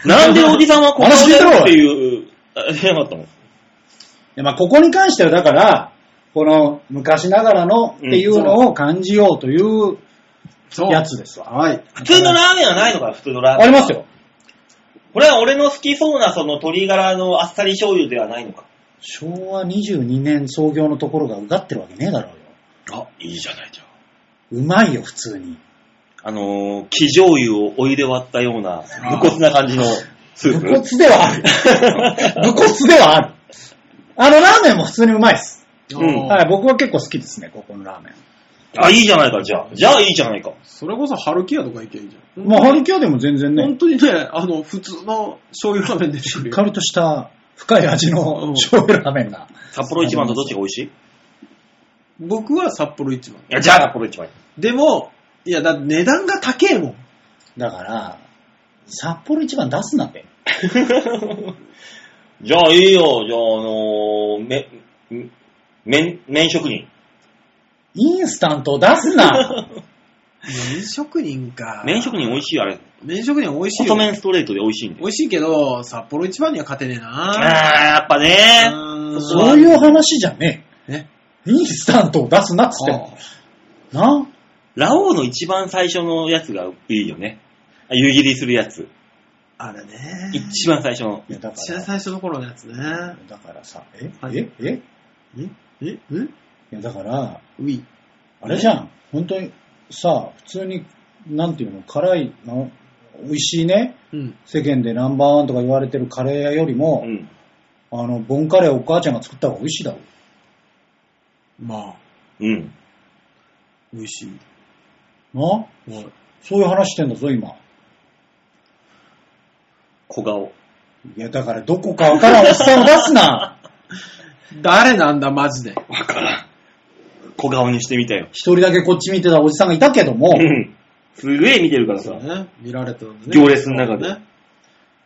S1: 並んでるおじさんは小顔
S3: 話聞いて
S1: だ
S3: ろ
S1: よっていう、あ知らなかったの
S3: でまあ、ここに関しては、だから、この昔ながらのっていうのを感じようという
S2: そう。
S3: やつですわ。
S2: はい。
S1: 普通のラーメンはないのかよ、普通のラーメン。
S3: ありますよ。
S1: これは俺の好きそうなその鶏ガラのあっさり醤油ではないのか。
S3: 昭和22年創業のところがうがってるわけねえだろうよ。
S1: あ、いいじゃないじゃん。
S3: うまいよ、普通に。
S1: あのー、木醤油をお湯で割ったような、無骨な感じのス
S3: 武
S1: ー
S3: 骨
S1: プ。
S3: で はある。武骨ではある。あのラーメンも普通にうまいです。
S1: うん
S3: はい、僕は結構好きですね、ここのラーメン。
S1: あ、いいじゃないか、じゃあ。じゃあいいじゃないか。
S2: それこそ春キアとか行けばいいじゃん。
S3: まあ、ハリキョでも全然ね
S2: 本、当にね、あの、普通の醤油ラーメン出てくる
S3: しっ
S2: よ
S3: かりとした深い味
S2: うん
S3: の醤油ラーメンが。
S1: 札幌一番とどっちが美味しいい
S2: 僕は札幌一番。
S1: や、じゃあ札幌一 番。
S2: でも、いや、だって値段が高えもん。
S3: だから、札幌一番出すなって。
S1: じゃあいいよ、じゃああのー、め、ん麺、麺職人。
S3: インスタントを出すな
S2: 麺職人か。
S1: 麺職人美味しいよあれ。
S2: 麺職人美味しい
S1: 細
S2: よ。
S1: 麺ストレートで美味しいんで
S2: 美。味しいけど、札幌一番には勝てねえな。
S1: あー、やっぱね。
S2: うーん
S3: そういう話じゃね
S2: ね。
S3: え。インスタントを出すなっつってんのな
S1: ラオウの一番最初のやつがいいよね。あ湯切りするやつ。
S2: あれね。
S1: 一番最初の。
S3: いやだか
S2: 一番
S3: ら、
S2: 最初の頃のやつね。
S3: だからさ、え、
S2: はい
S3: え、えい
S2: えええ
S3: やだから、
S2: うい。
S3: あれじゃん。本当に、さ、普通に、なんていうの、辛いの、美味しいね。
S2: うん。
S3: 世間でナンバーワンとか言われてるカレー屋よりも
S1: う、ん。
S3: あの、ボンカレーお母ちゃんが作った方が美味しいだろう。
S2: まあ、
S1: うん。
S2: 美味しい。
S3: な
S2: はい
S3: そういう話してんだぞ、今。
S1: 小顔。
S3: いや、だからどこかわからんおっさんを出 すな
S2: 誰なんだ、マジで。
S1: わからん。小顔にしてみたよ。
S3: 一人だけこっち見てたおじさんがいたけども
S1: う、ん。すげえ見てるからさ。
S2: ね。見られてたんだね。
S1: 行列の中で
S2: ね。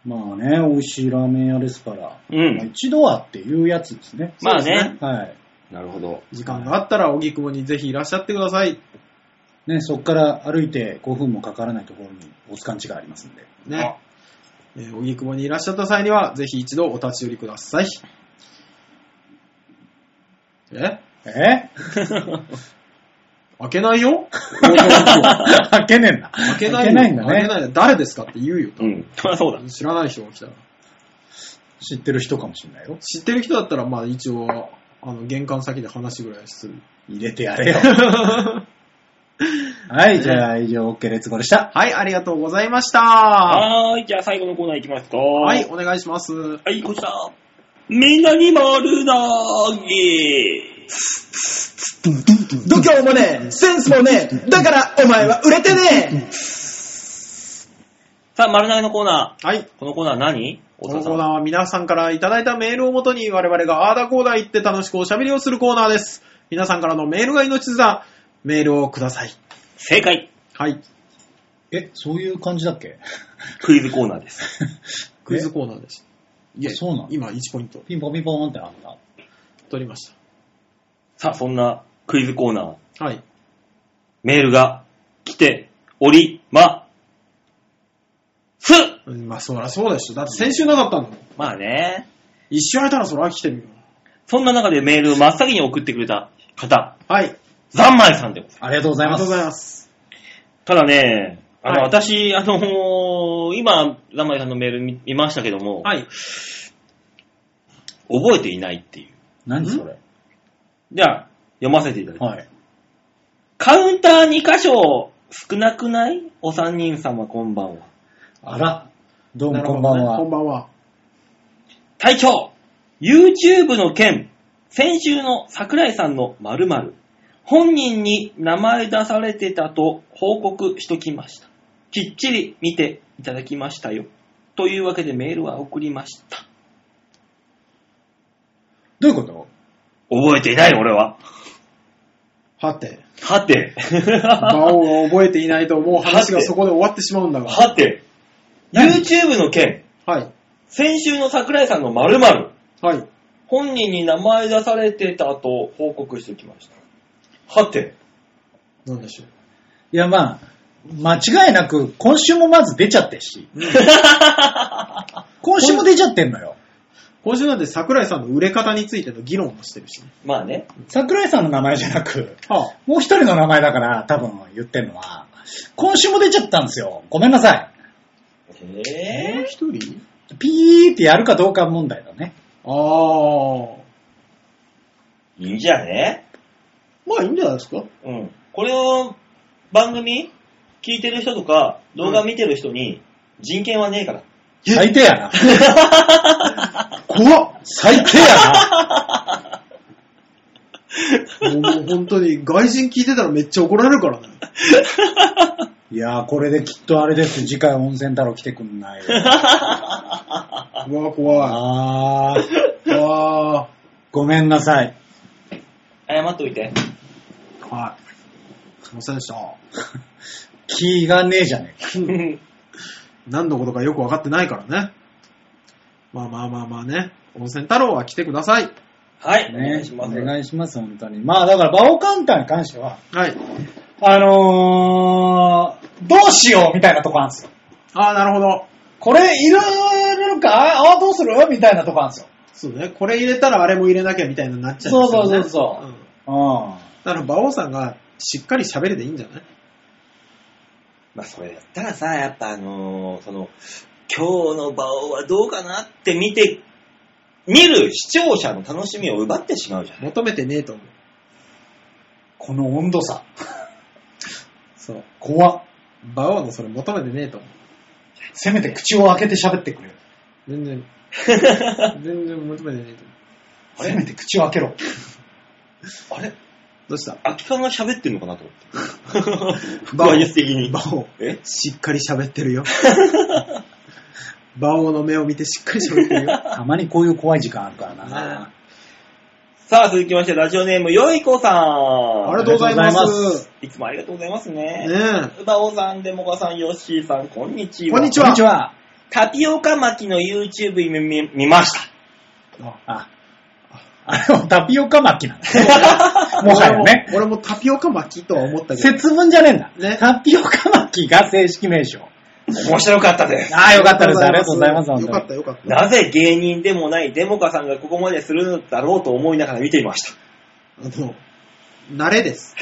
S3: まあね、美味しいラーメン屋ですから、
S1: う
S3: まあ
S1: ん。
S3: 一度はっていうやつですね。
S1: まあ
S2: そうです
S1: ね
S2: ね。
S3: はい。
S1: なるほど。
S2: 時間があったら、荻窪にぜひいらっしゃってください。
S3: ね、そこから歩いて5分もかからないところにおつかんちがありますんで。
S2: ね。えー、荻窪にいらっしゃった際には、ぜひ一度お立ち寄りください。え
S3: え
S2: 開けないよ
S3: 開けねえんだ。
S2: 開
S3: 開
S2: け
S3: け
S2: な
S3: ないい
S2: よ。
S3: んだ
S2: 開け
S3: ね。
S2: ないよ誰ですかって言うよ。
S1: うん。 そりゃそうだ。
S2: 知らない人が来たら。
S3: 知ってる人かもしれないよ。
S2: 知ってる人だったら、まあ一応、あの、玄関先で話ぐらいする。
S3: 入れて やれよ。はい、じゃあ以上、OK レッツゴーでした。
S2: はい、ありがとうございました。
S1: はーい。じゃあ最後のコーナーいきますか。は
S2: はい、。お願いします。
S1: はい、こちら。みんなに丸投げ。
S2: 度胸もね え、センスもねえ、だからお前は売れてね
S1: さあ、丸投げのコーナ
S2: えはい。
S1: ー。このコーナー何
S2: この
S1: さ
S2: コーナ
S1: ん。
S2: ーは皆さんからいただいたメールをもとに我々がアーダコーダー言って楽しくおしゃべりをするコーナーです。皆さんからのメールが命だ。メールをください。
S1: 正解。
S2: はい。
S3: え、そういう感じだっけ
S1: クイズコーナーです。
S2: クイズコーナーでした。いえ、
S3: そうなの
S2: 今1ポイント
S3: ピンポンピンポンってなった。
S2: 取りまし
S1: さあ、そんなクイズコーナー、
S2: た。はい。
S1: メールが来ております。
S2: うんまあ、そりゃそうでしょ。だって先週なかったんだもん。
S1: まあね。
S2: 一周空いたらそりゃ来てるよ。
S1: そんな中でメールを真っ先に送ってくれた方、
S2: はい。
S1: ざんまいさんでございます。
S3: ありがとうご
S2: あ
S3: ざ
S2: り
S3: い
S2: が
S3: ま
S2: とう
S3: す。
S2: ございます。
S1: ただね、あの、
S2: はい
S1: 私、あのー今、ざんまいさんのメール見見ましたけども、
S2: はい。
S1: 覚えていないっていう。
S3: 何それ
S1: じゃあ、読ませていただきます。
S3: はい。
S1: カウンター2箇所、少なくないお三人様、こんばんは。
S3: あら、どう
S2: な
S3: も
S2: るほ
S3: こ
S2: ど
S3: んばん
S2: ねこん
S3: は。
S2: ばんは。
S1: 隊長 !YouTube の件、先週の桜井さんの〇〇、本人に名前出されてたと報告しときました。きっちり見ていただきましたよ。というわけでメールは送りました。
S3: どういうこと
S1: 覚えていない、俺は。
S2: はて。
S1: はて。
S2: 馬王が覚えていないともう 話がそこで終わってしまうんだが。
S1: はて。YouTube の件、
S2: はい。
S1: 先週の桜井さんの〇〇、
S2: はい。
S1: 本人に名前出されてたと報告してきました。はて。
S2: なんでしょう。
S3: いや、まあ、間違いなく、今週もまず出ちゃってるし。今週も出ちゃってんのよ。
S2: 今週なんで桜井さんの売れ方についての議論もしてるしね。
S1: まあね。
S3: 桜井さんの名前じゃなく、
S2: はあ。
S3: もう一人の名前だから、多分言ってんのは、今週も出ちゃったんですよ。ごめんなさい。
S1: え
S2: もう一人
S3: ピーってやるかどうか問題だね。
S2: ああ。
S1: いいんじゃね
S2: まあいいんじゃないですか。
S1: うん。これを番組聞いてる人とか動画見てる人に人権はねえから。
S3: 最低や な。
S2: 怖っ
S3: 最低やな。
S2: も う本当に外人聞いてたらめっちゃ怒られるからね。
S3: いやー、これできっとあれです。次回温泉太郎来てくんない。
S2: うわ、怖い。
S3: あ ー、
S2: あ
S3: ごめんなさい。
S1: 謝っといて。
S2: あ。はい。すいませんでした。
S3: 気がねえじゃねえか。
S2: 何のことかよくわかってないからね。まあまあまあまあね。温泉太郎は来てください。
S1: はい、お願
S3: ね
S1: いし、
S3: お
S1: ます。
S3: 願いします、本当に。まあだから、バオカウンターに関しては、
S2: はい。
S3: あのー、どうしようみたいなとこあるんですよ。
S2: ああ、なるほど。
S3: これ入れるかああー、どうするみたいなとこあるんですよ。
S2: そうね。これ入れたらあれも入れなきゃみたいになっちゃうんですよ、ね。
S3: そうそうそうそう
S2: うん
S3: うん。
S2: だから馬王さんがしっかり喋れていいんじゃない
S1: まあそれやったらさ、やっぱあのーその、今日の場はどうかなって見て、見る視聴者の楽しみを奪ってしまうじゃん。
S2: 求めてねえと思う。
S3: この温度差。
S2: そう。
S3: 怖っ。
S2: 馬王のそれ求めてねえと思う。
S3: せめて口を開けて喋ってくれよ。
S2: 全 然。全然求めてねえと思う。
S1: あ
S3: せめ
S1: れ
S3: て口を開けろ。
S1: あれ
S2: どうした
S1: 空き缶が喋ってんのかなと思 って。バイス的に。
S2: 馬王、
S1: え
S2: しっかり喋ってるよ。馬王の目を見てしっかり喋ってる よ。
S3: たまにこういう怖い時間あるから
S2: ね
S3: な。
S1: さあ、続きまして、ラジオネーム、よいこさん。
S2: ありがとうございます。
S1: いつもありがとうございますね。
S2: ね
S1: うばおさん、でもかさん、よっしーさん、こんにちは。
S2: こんにち
S3: こんにちは。
S1: タピオカ巻きの YouTube 見見見ました。
S2: え。あ
S3: あ、あれはタピオカ巻きなん だ。もはやね。
S2: 俺も。俺もタピオカ巻きとは思ったけど。
S3: 節分じゃねえんだ。
S2: ね
S3: タピオカ巻きが正式名称。
S1: 面白かったです。
S3: ああ、よかったです。ありがとうございます。
S2: よかっ
S3: 本
S2: たよかった。
S1: なぜ芸人でもないデモカさんがここまでするんだろうと思いながら見ていました。
S2: あの、慣れ です。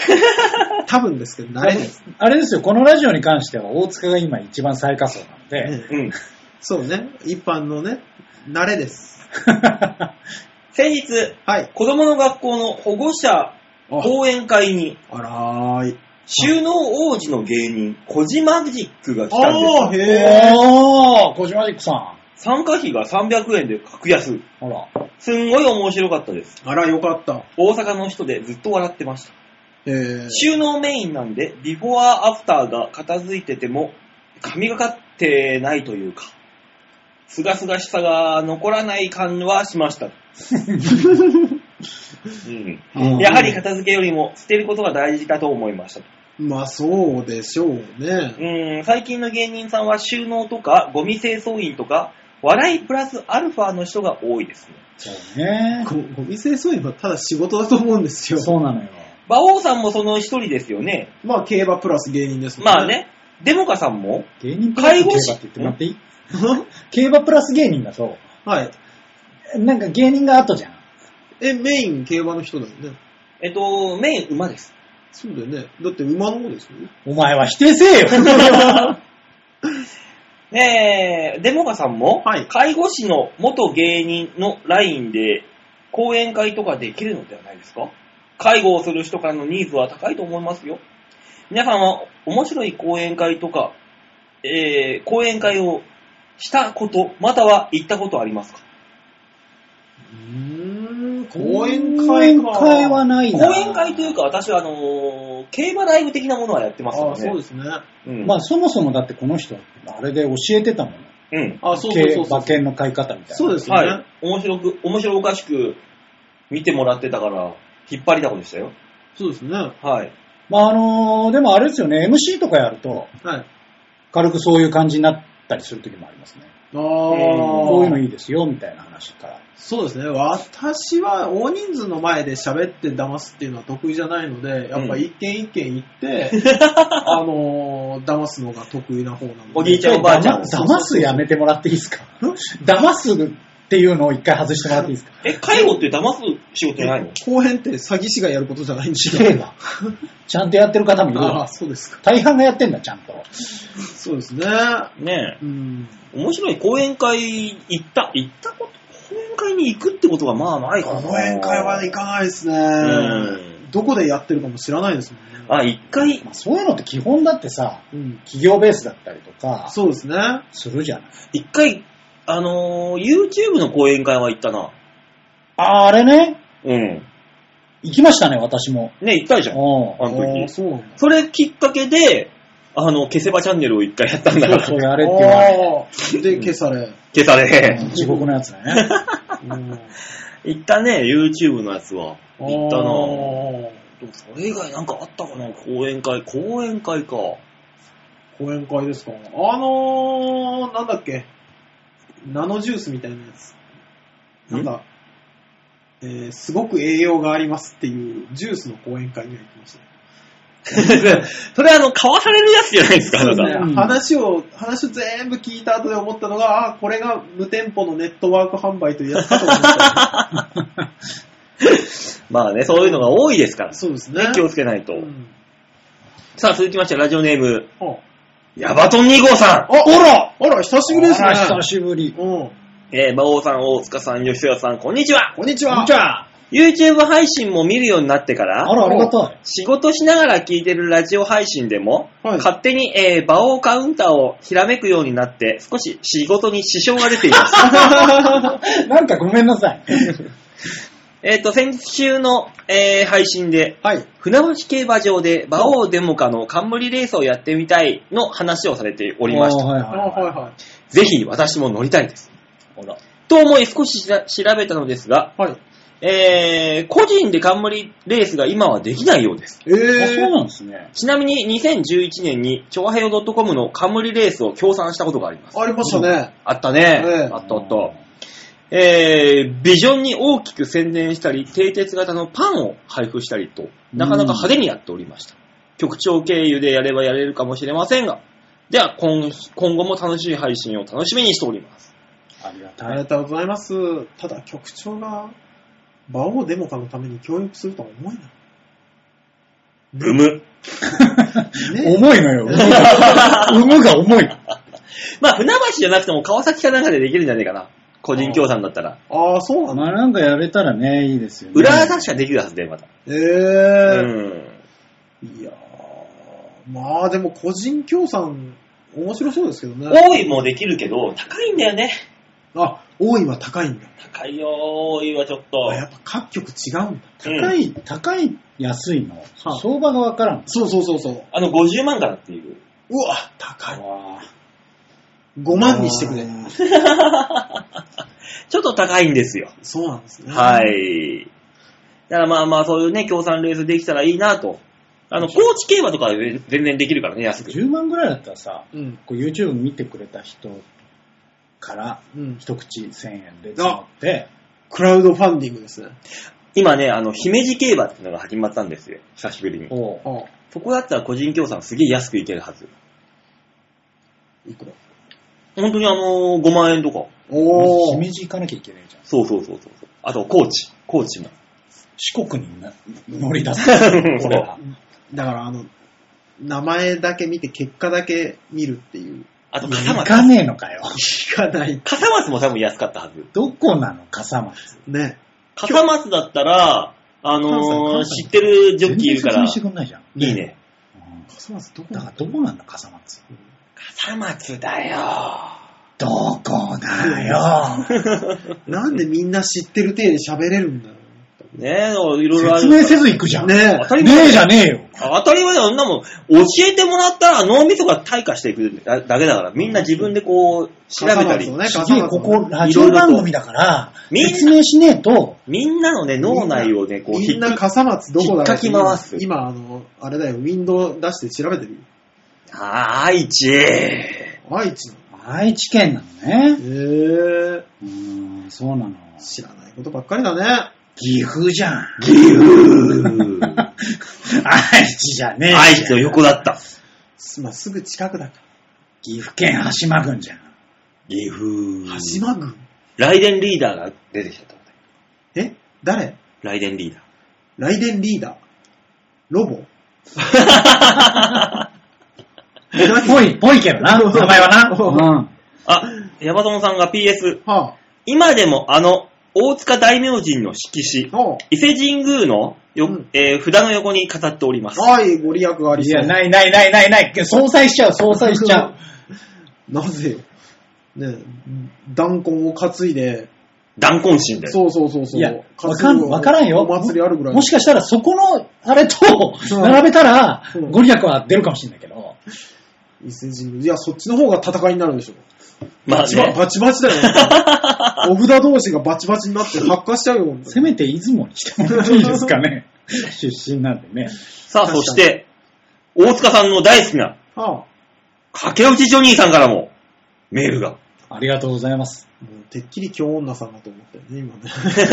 S2: 多分ですけど、慣
S3: 当
S2: れ
S3: に
S2: です。
S3: あれですよ、このラジオに関しては大塚が今一番最下層なの
S2: う
S3: で、
S2: ん
S1: うん。
S2: そうね。一般のね、慣れです。
S1: 先日、
S2: はい。
S1: 子供の学校の保護者講演会に、
S2: あらーい。
S1: 収納王子の芸人、コジマジックが来たん
S2: あー、
S1: で
S2: へ
S3: おー、小島ジックさん。
S1: す。参加費が300円で格安。
S3: ほら。
S1: すんごい面白かったです。
S2: ー。あら、よかった。
S1: 大阪の人でずっと笑ってました。
S2: へー。
S1: 収納メインなんで、ビフォーアフターが片付いてても、神がかってないというか、すがすがしさが残らない感はしま した。うん
S2: うん
S1: やはり片付けよりも捨てることが大事だと思いました。
S2: まあ、そうでしょうね。
S1: うん最近の芸人さんは収納とかゴミ清掃員とか笑いプラスアルファの人が多いですね。
S3: そうね。
S2: ごごみ清掃員はただ仕事だと思うんですよ。
S3: そうなのよ。
S1: 馬王さんもその一人ですよね。
S2: まあ、競馬プラス芸人ですもん
S1: まあ。ね、デモカさんも、
S3: 芸人プラ
S1: 介
S3: ス競
S1: 護
S3: 馬
S1: 士
S3: って言ってもらっていい 競馬プラス芸人だと、
S2: はい。
S3: なんか芸人が後じゃん。
S2: え、メイン競馬の人だよね。
S1: えっと、メイン馬です。
S2: そうだよね。だって馬の方ですよね。
S3: お前は否定せ えよ
S1: ねえ、デモカさんも、
S2: はい
S1: 介護士の元芸人のラインで、講演会とかできるのではないですか介護をする人からのニーズは高いと思いますよ。皆さんは面白い講演会とか、えー、講演会をしたこと、または行ったことありますか
S2: うーん、講演会か。
S3: 講演会はない
S1: 講
S3: な。
S1: 演会というか、私はあのー競馬ライブ的なものはやってますよ
S2: あ
S1: ね。
S2: あ、そうですね。あ、
S1: うん。
S3: まあそもそもだってこの人、あれで教えてたもん。
S1: うん。
S2: そうそう
S3: 競
S2: そうそ
S3: 馬
S2: う。
S3: 券の買い方みたいな。
S2: そうですよね。
S1: はい。面白く、面白おかしく見てもらってたから、引っ張りだこでしたよ。
S2: そうですね。は
S1: はい。
S3: まああのーでもあれですよね、MC とかやると、
S2: い。
S3: 軽くそういう感じになったりする時もありますね。
S2: ああ、
S3: こういうのいいですよ、みたいな話から。
S2: そうですね。私は大人数の前で喋って騙すっていうのは得意じゃないので、やっぱ一軒一軒 行って、あのー騙すのが得意な方なので。
S1: おじいちゃんおばあちゃん
S3: 騙騙すやめてもらっていいですか騙すっていうのを一回外してもらっていいですか
S1: え、介護って騙す仕事じゃないの
S2: 後編って詐欺師がやることじゃないんです
S3: 違え
S2: よ。
S3: ば。ちゃんとやってる方もいる
S2: あ
S3: わ
S2: あ、。そうですか。
S3: 大半がやってんだ、ちゃんと。
S2: そうですね。
S1: ね
S2: うん。
S1: え。面白い講演会行った。行ったこと、講演会に行くってことがまあないかな。
S2: 講演会は行かないですね。
S1: ん
S2: どこでやってるかも知らないですもんね。
S1: あ、一回、
S3: まあ、そういうのって基本だってさ、
S2: うん。
S3: 企業ベースだったりとか、
S2: そうですね。あ
S3: するじゃない。
S1: 一回、あのー YouTube の講演会は行ったな。
S3: ああれね、
S1: うん。
S3: 行きましたね、私も。
S1: ね、行ったじゃん。
S3: うん。
S1: あの
S2: あ、
S1: 時。
S2: そうなんだ。
S1: それきっかけで、あの、消せばチャンネルを一回やったんだか
S3: そう
S1: ら。
S3: そうやれって言われ
S2: あーで、消され。
S1: 消され
S3: て。地獄のやつだね。
S2: うん
S1: 行ったね、YouTube のやつは。行ったなぁ。
S2: あー
S1: でもそれ以外なんかあったかな講演会。講演会か。
S2: 講演会ですかあのー、なんだっけ、ナノジュースみたいなやつ。なんか、えー、すごく栄養がありますっていうジュースの講演会には行きましたね。
S1: それあの、買わされるやつじゃないですか、あな
S2: そうです
S1: た。
S2: ね
S3: うん
S2: 話を、話を全部聞いた後で思ったのが、あーこれが無店舗のネットワーク販売というやつかと思 った。
S1: まあね、そういうのが多いですから。
S2: そうですね。
S1: 気をつけないと。
S2: うん
S1: さあ、続きまして、ラジオネーム、
S2: あ
S1: ヤバトン2号さ
S2: あらあら、久しぶりですね。
S3: あら久しぶり。
S2: うん。
S1: ん。えー、馬王さん、大塚さん、吉田さん、こんにちは。
S2: こんにちは。
S3: こ んにち
S1: YouTube 配信も見るようになってか
S3: あ
S1: ら、
S3: ら、ありがたい。
S1: 仕事しながら聞いてるラジオ配信でも、
S2: はい
S1: 勝手に、えー、馬王カウンターをひらめくようになって、少し仕事に支障が出ています。
S3: なんかごめんなさい。
S1: えっと、先週の、えー配信で、
S2: はい。
S1: 船橋競馬場で馬王デモカの冠レースをやってみたいの話をされておりまし
S3: あー
S1: た。
S3: はい
S2: あ
S3: はい
S2: はい
S3: はい。
S2: は
S1: ぜひ私も乗りたいです。
S3: ほら。
S1: と思い少ししら調べたのですが、
S2: い。はい。
S1: えー、個人で冠レースが今はできないようです。
S2: えー
S3: あ、そうなんですね。
S1: ちなみに2011年に、超平洋 .com の冠レースを協賛したことがあります。
S2: ありましたね。
S1: あったね。
S2: ええ
S1: あったあった。えー、ビジョンに大きく宣伝したり、蹄鉄型のパンを配布したりと、なかなか派手にやっておりました。局長経由でやればやれるかもしれませんが、では今今後も楽しい配信を楽しみにしております。
S3: ありがた
S2: あり
S3: い。
S2: がとうございます。ただ局長が、馬王デモカのために協力するとは思えな
S1: ブム。
S2: い。ね
S3: 重い のよ。産むが重い。
S1: まあ、船橋じゃなくても川崎かなんかでできるんじゃねえかな。個人協賛だったら。
S2: ああ、そうなの
S3: まあなんかやれたらね、いいですよね。
S1: 裏確かできるはずで、また。
S2: え
S1: う
S2: え
S1: ん。
S2: いやー、まあでも個人協賛、面白そうですけどね。
S1: 多いもできるけど、高いんだよね。
S2: あ、多いは高いんだ。
S1: 高いよ、多いはちょっと。
S2: あやっぱ各局違うんだ。
S1: うん
S3: 高い、高い、安いの。
S2: あ
S3: 相場がわからん。
S2: そうそうそうそう。
S1: あの、50万からっていう。
S2: うわ、高い。
S3: わ
S2: 5万にしてくれ。
S1: ちょっと高いんですよ。
S2: そうなんですね。
S1: はい。だからまあまあ、そういうね、協賛レースできたらいいなと。あの、高知競馬とかは全全然できるからね、安く。
S3: 10万ぐらいだったらさ、
S2: うん。
S3: こう YouTube 見てくれた人から
S2: うん。
S3: 一口1000円で募って、
S2: クラウドファンディングですね。
S1: 今ね、あの、姫路競馬っていうのが始まったんですよ。久しぶりに。
S3: おう
S2: ああ、
S1: そこだったら個人協賛すげえ安くいけるはず。
S2: いくら
S1: 本当にあのー、5万円とか。
S2: おー。
S3: 姫路行かなきゃいけないじゃん。
S1: そうそうそうそう。あと、高知。高知も。
S3: 四国にな乗り出す。
S1: そ
S3: こ
S1: う
S3: れは。
S2: だから、あの、名前だけ見て、結果だけ見るっていう。
S1: あと、笠
S3: 行
S1: 松。
S3: かねえのかよ。
S2: 聞かない。
S1: 笠松も多分安かったはず。
S3: どこなの笠松。
S2: ね。
S1: 笠松だったら、あのー、
S3: 関西関西
S1: 知ってるジョッキーいるか
S3: 全
S1: ら、
S3: 然
S1: い
S3: 説明してくんないじゃん。
S1: いね。
S3: うん
S2: 笠松どこ
S3: だ
S2: だ
S3: からどこなんだ笠松。
S1: 笠松だよ
S3: どこだよ。
S2: なんでみんな知ってる体で喋れるんだろ
S1: ねえ、いろいろあ
S3: 説
S1: る。
S3: 明せず行くじゃ。
S2: うんねえ
S3: ね
S1: 当たり前
S3: えじゃねえよ。
S1: 当たり前だよ、そんなもん。教えてもらったら脳みそが退化していくだだけだから、みんな自分でこう、調べたり。
S2: 笠松をね、
S3: す
S2: 笠
S3: げえ、
S2: 松
S3: こ
S2: を
S3: こ
S2: ね
S3: ラジオ番組だから、
S1: いろいろと
S3: 説明しねえと、
S1: みんなのね、脳内をね、こう、
S2: みんな
S1: 引っか
S2: 笠松どこだろうって
S1: 引っかき回す
S2: 今、あの、あれだよ、ウィンドウ出して調べてみる。
S1: あー、愛知。
S2: 愛知の。
S3: 愛知県なのね。
S2: へえ。
S3: うーん、そうなの。
S2: 知らないことばっかりだね。
S3: 岐阜じゃん。
S1: 岐阜。
S3: 愛知じゃねえじゃん。
S1: 愛知の横だった。
S2: すまあ、すぐ近くだか
S3: 岐阜県羽島郡じゃん。
S1: 岐阜。
S2: ら。羽島郡
S1: ライデンリーダーが出てきちゃった。
S2: え誰
S1: ライデンリーダー。
S2: ライデンリーダー。ロボ。
S3: ぽい、ぽいけどな、名前はな。うん。
S1: あ、ヤバトンさんが PS。
S2: は
S1: 今でもあの、大塚大明神の色紙
S2: あ。、おう
S1: 伊勢神宮のよ、
S2: うん
S1: えー札の横に飾っております。
S2: はい、ご利益あり
S3: い
S2: そう。
S3: や、ないないないないない。相殺しちゃう、相殺しちゃう。
S2: なぜよ。ね弾痕を担いで、
S1: 断魂神で。
S2: そうそうそうそう。
S3: いや、
S2: 担
S3: わ
S2: ぐ
S3: かん、わからんよ。
S2: お祭りあるぐらい。
S3: もしかしたらそこの、あれと、
S2: うん
S3: 並べたら
S2: うん、
S3: ご利益は出るかもしれないけど。
S2: 伊勢神宮。いや、そっちの方が戦いになるでしょ。
S1: まあ
S2: バチバ
S1: ね、
S2: バチバチだ よ。お札同士がバチバチになって発火しちゃうよ、本当に
S3: せめて出雲に来てもらっていいですかね。出身なんでね。
S1: さあ、そして、大塚さんの大好きな、
S2: はあ、も
S1: 駆け落ちジョニーさんからも、メールが。
S3: ありがとうございます。
S2: うてっきり京女さんだと思ったよね、今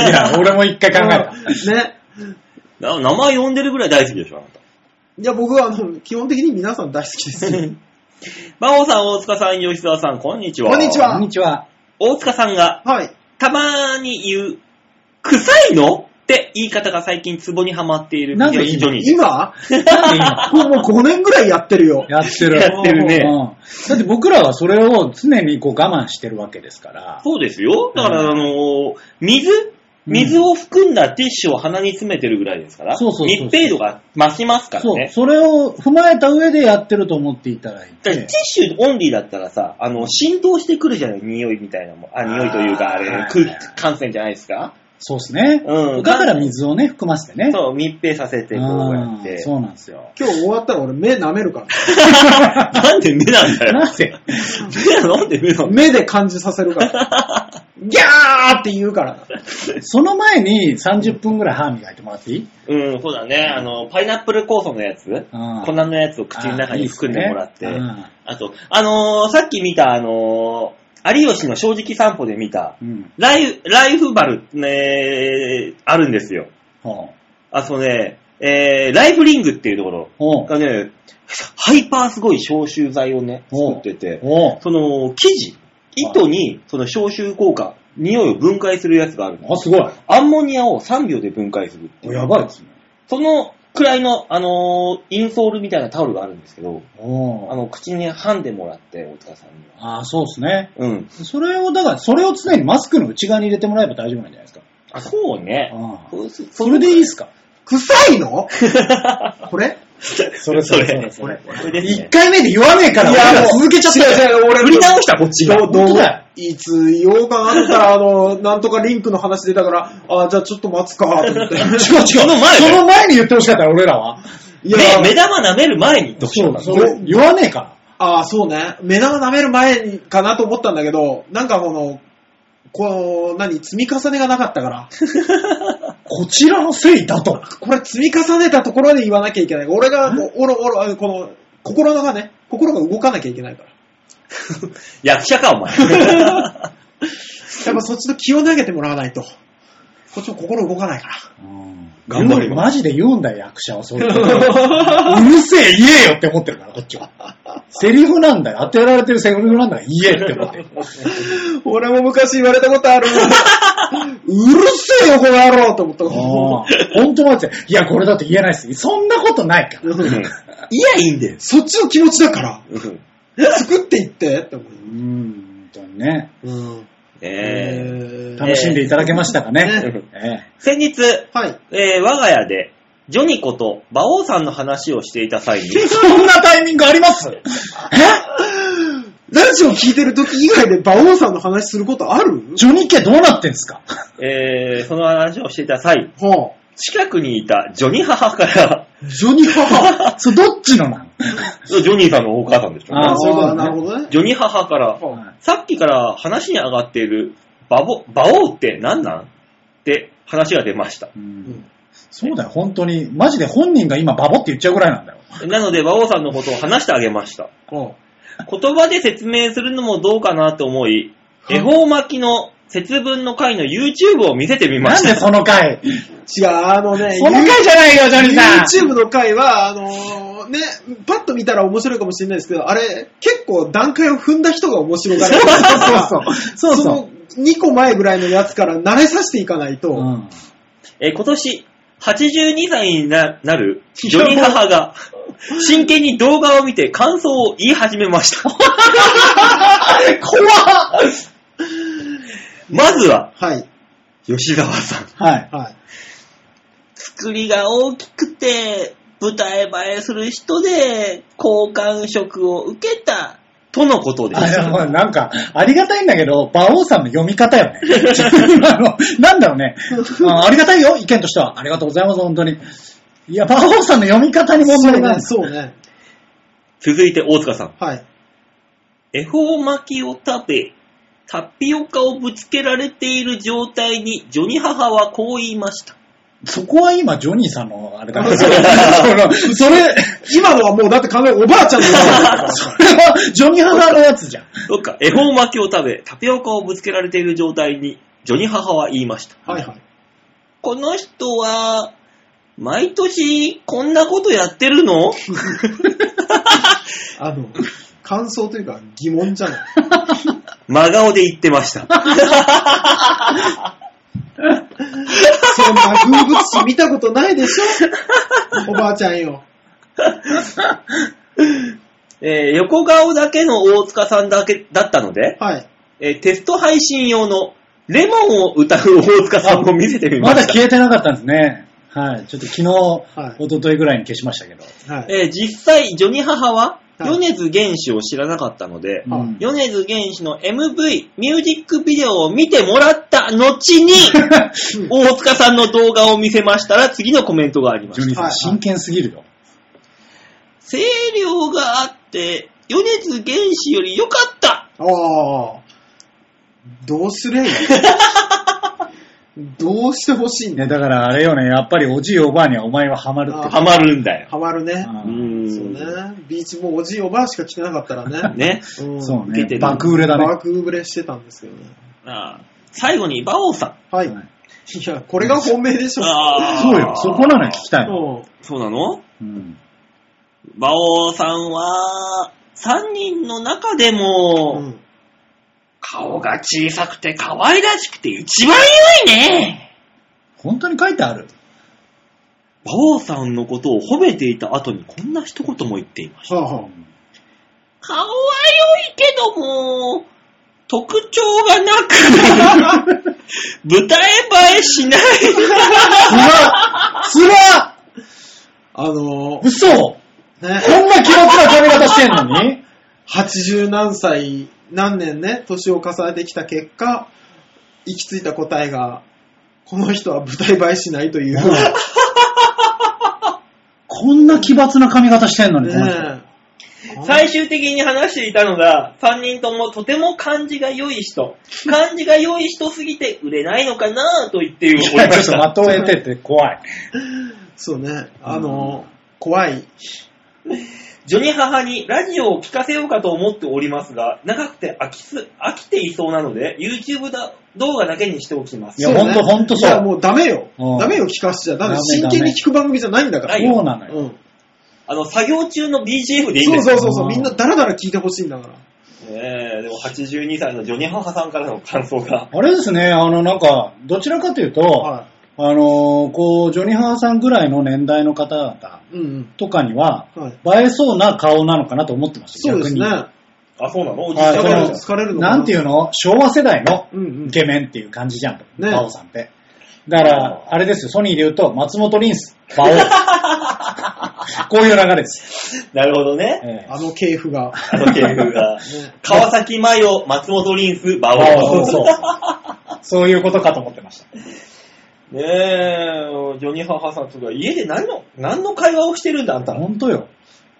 S2: ね。
S3: いや、俺も一回考えた。
S2: ね。
S1: な名前呼んでるぐらい大好きでしょ、あなた。
S2: いや、僕は、あの、基本的に皆さん大好きですよ。
S1: 馬王さん、大塚さん、吉沢さん、こんにちは。
S2: こんにちは
S3: こんにちは。
S1: 大塚さんが、
S2: はい。
S1: たまーに言う、臭いのって言い方が最近ツボにはまっている。
S3: なんで
S1: 非常に。
S2: 今
S3: なんで今
S2: もうもう5年ぐらいやってるよ。
S3: やってる。
S1: やってるね
S3: うんだって僕らはそれを常にこう我慢してるわけですから。
S1: そうですよ。だから、
S3: うん
S1: あのー水水を含んだティッシュを鼻に詰めてるぐらいですから、
S3: そうそうそうそう
S1: 密閉度が増しますから
S3: そう、
S1: ね。
S3: それを踏まえた上でやってると思っていただい
S1: だからティッ
S3: て。
S1: シュオンリーだったらさ、あの、浸透してくるじゃない、匂いみたいなもん。あ、
S3: あー
S1: 匂いというか、あれ
S3: はい、
S1: 空気感染じゃないですか。
S3: そうですね。
S1: うん
S3: だから水をね、含ませてね。
S1: そう、密閉させて、こうやっ
S3: あー
S1: て。
S3: そうなんですよ。
S2: 今日終わったら俺目舐めるから。
S1: なんで目なんだよ。
S3: なぜ
S1: 目 なんで目なんだよ。
S2: 目で感じさせるから。 ギャーって言うからな。
S3: その前に30分ぐらい歯磨いてもらっていい
S1: うん、そうだね。あの、パイナップル酵素のやつ、
S3: ん
S1: 粉のやつを口の中に含んでもらって。
S3: あーいいすね
S1: あと、あのーさっき見た、あのー有吉の正直散歩で見た、
S3: うんうん
S1: ライフ、ライフバル、ね、あるんですよ。
S3: ほ
S1: あ、そうね、えー、ライフリングっていうところ
S3: うほう
S1: がね、ハイパーすごい消臭剤をね、
S3: お
S1: 作ってて、
S3: ほう
S1: その、生地、糸に、その消臭効果、匂いを分解するやつがあるの
S3: あ、すごい。
S1: アンモニアを3秒で分解するっていう
S3: やばいですね。
S1: そのくらいの、あのーインソールみたいなタオルがあるんですけど、
S3: お
S1: あの、口にはんでもらって、大塚さんには。
S3: ああ、そうですね。
S1: うん。
S3: それを、だから、それを常にマスクの内側に入れてもらえば大丈夫なんじゃないですか。
S1: あ、そうね。
S3: あー
S1: そうそ
S3: それでいいですか
S2: 臭 いのこれ
S3: それそ
S1: そ
S3: れ
S1: れ
S3: それそれ
S1: それです
S3: 一
S1: ね。
S3: 回目で言わねえから、
S2: いや
S3: 俺ら
S2: もう
S3: 続けちゃったよ。
S1: 振り直した、こっちが。
S3: どう本当だよ
S2: いつ言おうかなと思ったら、あの、なんとかリンクの話出たから、あじゃあちょっと待つか、と 思って。
S3: 違う違う。
S1: その前だよ
S3: その前に言ってほしかったよ、俺らは。
S2: い
S1: 目目玉舐める前に、どうしようかな
S3: そう、それ言わねえから。
S2: ああ、そうね。目玉舐める前にかなと思ったんだけど、なんかこの、この、何、積み重ねがなかっ たから。
S3: こちらのせいだと。
S2: これ積み重ねたところで言わなきゃいけない。俺が、おろおろ、あのこの、心のがね、心が動かなきゃいけないから。
S1: 役者か、お前。
S2: やっぱそっちの気を投げてもらわないと。こっちも心動かないから。
S1: 頑張ります
S3: マジで言うんだよ、役者は。そういうことうるせえ、言えよって思ってるから、こっちは。セリフなんだよ。当てられてるセリフなんだよ。言えって思ってる。
S2: 俺も昔言われたことある。うるせえよ、この野郎と思った
S3: あー本当はって、いや、これだって言えないっす。そんなことないから。
S1: うんうん
S2: いや、いいんだよ。そっちの気持ちだから。
S1: うん
S2: 作っていって、って思う。
S3: うん、本当にね。
S2: うん。
S1: え
S2: えー
S3: 楽しんでいただけましたかね。
S1: ー
S3: え
S1: 先日、
S2: はい。
S1: えー我が家で、ジョニコと馬王さんの話をしていた際に、
S3: えそんなタイミングありますえ
S2: ラジオ聞いてる時以外で馬王さんの話することある
S3: ジョニー家どうなってんすか
S1: えーその話をしていた際、
S2: は
S1: 近くにいたジョニ母から、
S2: あ、ジョニー母。
S3: それどっちのな
S1: ジョニーさんのお母さんでしょうね
S3: あー
S2: そういうことだなるほどね。
S1: ジョニ母から、
S3: の
S2: は
S1: さっきから話に上がっている馬ボ馬王って何なんって話が出ました。
S3: うんそうだよ、本当に。マジで本人が今バボって言っちゃうぐらいなんだよ。
S1: なので馬王さんのことを話してあげました。
S2: は
S1: 言葉で説明するのもどうかなと思い、
S2: い
S1: 恵方巻きの節分の回の YouTube を見せてみま
S3: なん
S1: し
S3: で
S1: た。
S3: その回
S2: 違う、あのね、
S3: その回じゃないよ、ジョニーさ
S2: YouTube
S3: ん
S2: の回は、あのーね、パッと見たら面白いかもしれないですけど、あれ、結構段階を踏んだ人が面白がる。
S3: そうそうそう。そう
S2: そ
S3: そ
S2: の2個前ぐらいのやつから慣れさせていかないと、
S3: う。うん
S1: えー今年82歳にななるジョニ母 が真剣に動画を見て感想を言い始めま した。
S3: 怖っ
S1: まずは、
S2: はい、
S1: 吉沢さん。
S3: はい。
S2: はい。
S1: 作りが大きくて、舞台映えする人で、好感触を受けた、とのことで
S3: あ
S1: す。
S3: でもなんか、ありがたいんだけど、馬王さんの読み方 よね。今のなんだろうね、あ。ありがたいよ、意見としては。ありがとうございます、本当に。いや、馬王さんの読み方に問
S2: そう
S3: 題な
S2: ね、
S3: い。
S2: そうね。
S1: 続いて大塚さん。
S2: はい。
S1: 恵方巻きを食べ、タピオカをぶつけられている状態に、ジョニ母はこう言いました。
S3: そこは今、ジョニーさんのあれ だな。そのそれ、
S2: 今のはもうだって完全におばあちゃんの話だ
S3: それは、ジョニー派のやつじゃん。
S1: そっか、恵方巻きを食べ、タピオカをぶつけられている状態に、ジョニ母は言いました。
S2: から。はいはい。
S1: この人は、毎年こんなことやってるの
S2: あの、感想というか疑問じゃない。
S1: 真顔で言ってました。
S2: そんな風物詩見たことないでし ょおばあちゃんよ。
S1: えー横顔だけの大塚さんだけだったので、
S2: はい。
S1: えーテスト配信用のレモンを歌う大塚さんも見せてみま
S3: まだ
S1: した。
S3: 消えてなかったんですね。はい。ちょっと昨日、
S2: い
S3: 一昨日ぐらいに消しましたけど。
S2: はい。
S1: えー実際、ジョニ母は、
S2: はい
S1: 米津玄師を知らなかったので、
S3: うん
S1: 米津玄師の MV、ミュージックビデオを見てもらった後に、大塚さんの動画を見せましたら、次のコメントがありま
S3: ジョ
S1: し
S3: ニー
S1: た。
S3: さ
S2: はい
S3: ん、真剣すぎるよ。
S1: 声量があって、米津玄師より良かった
S2: ああ。どうすればい いのどうしてほしいんだ
S3: ね、だからあれよね、やっぱりおじいおばあにはお前はハマるってこと。
S1: ハマるんだよ。
S2: ハマるね。
S1: う
S3: うん
S1: ん。
S2: そうね。ビーチもおじいおばあしか来てなかったらね。
S1: ね。
S2: うん
S3: そう
S1: 受けてる
S3: ね。爆売れだね。
S2: バークブレしてたんですけどね。
S1: ああ最後に、馬王さん。
S2: はい。
S3: はい
S2: いや、これが本命でしょ。
S3: そうよ、そこなのよ、聞きたいの。
S2: うん
S1: そうなの
S3: うん。
S1: 馬王さんは、3人の中で
S2: う
S1: も、
S2: ん
S1: 顔が小さくて可愛らしくて一番良いね。
S3: 本当に書いてある
S1: 馬王さんのことを褒めていた後にこんな一言も言っていました。
S2: はあは
S1: 顔は良いけども、特徴がな く、舞台映えしない。
S3: つらつら
S2: あ、あの
S3: 嘘こ
S2: ー、ね、
S3: んな奇抜な髪型してんのに
S2: 80何歳、何年ね、年を重ねてきた結果、行き着いた答えが、この人は舞台映えしないという。
S3: こんな奇抜な髪型してんのに、この人。
S2: ねえ
S1: 最終的に話していたのが、3人ともとても漢字が良い人、漢字が良い人すぎて売れないのかなぁと言っている
S3: いやちょっとまとえてて怖い。
S2: そうね、あのー、怖い。
S1: ジョニ母にラジオを聞かせようかと思っておりますが、長くて飽きす飽きていそうなので、YouTube だ動画だけにしておきます。
S3: いや
S2: そうね
S3: ほんとほんとそう
S2: いや、もうダメよ
S3: うん。
S2: ダメよ、聞かしちゃ。だって
S3: ダメ
S2: 真剣に聞く番組じゃないんだか
S1: は
S2: ら。
S1: い
S3: そうなのよ。
S2: うん。
S1: あの、作業中の BGM でいいん
S2: そ
S1: で
S2: う
S1: す
S2: そう
S1: よ。
S2: そうそうう、
S3: ん
S2: みんなダラダラ聞いてほしいんだから。
S1: ねえでも82歳のジョニ母さんからの感想が。
S3: あれですね、あの、なんか、どちらかというと、
S2: は
S3: あのーこう、ジョニーハーさんぐらいの年代の方々
S2: い。うん
S3: とかには、
S2: うん。はい。
S3: 映えそうな顔なのかなと思ってました、
S2: そうですね。
S3: 逆に。
S2: だ
S1: あ、そうなのおじい
S3: は
S1: ち
S3: い
S1: ゃん
S2: か
S1: が
S2: ら
S3: そ
S2: 疲れるのか
S3: なんていうの昭和世代の
S2: うんうん
S3: イ。ケメンっていう感じじゃん、
S2: ね
S3: バオさんって。だから、あれですよ、ソニーで言うと、松本リンス、 バオ。こういう流れです。
S1: なるほどね。
S3: ええ
S2: あの系譜が。
S1: あの系譜が。川崎麻世、松本リンス、馬
S3: ああ、そ
S1: 王
S3: う。そう。そういうことかと思ってました。
S1: ねえ、ジョニー母さんとか、家で何の、何の会話をしてるんだ、あんた。
S3: 本当よ。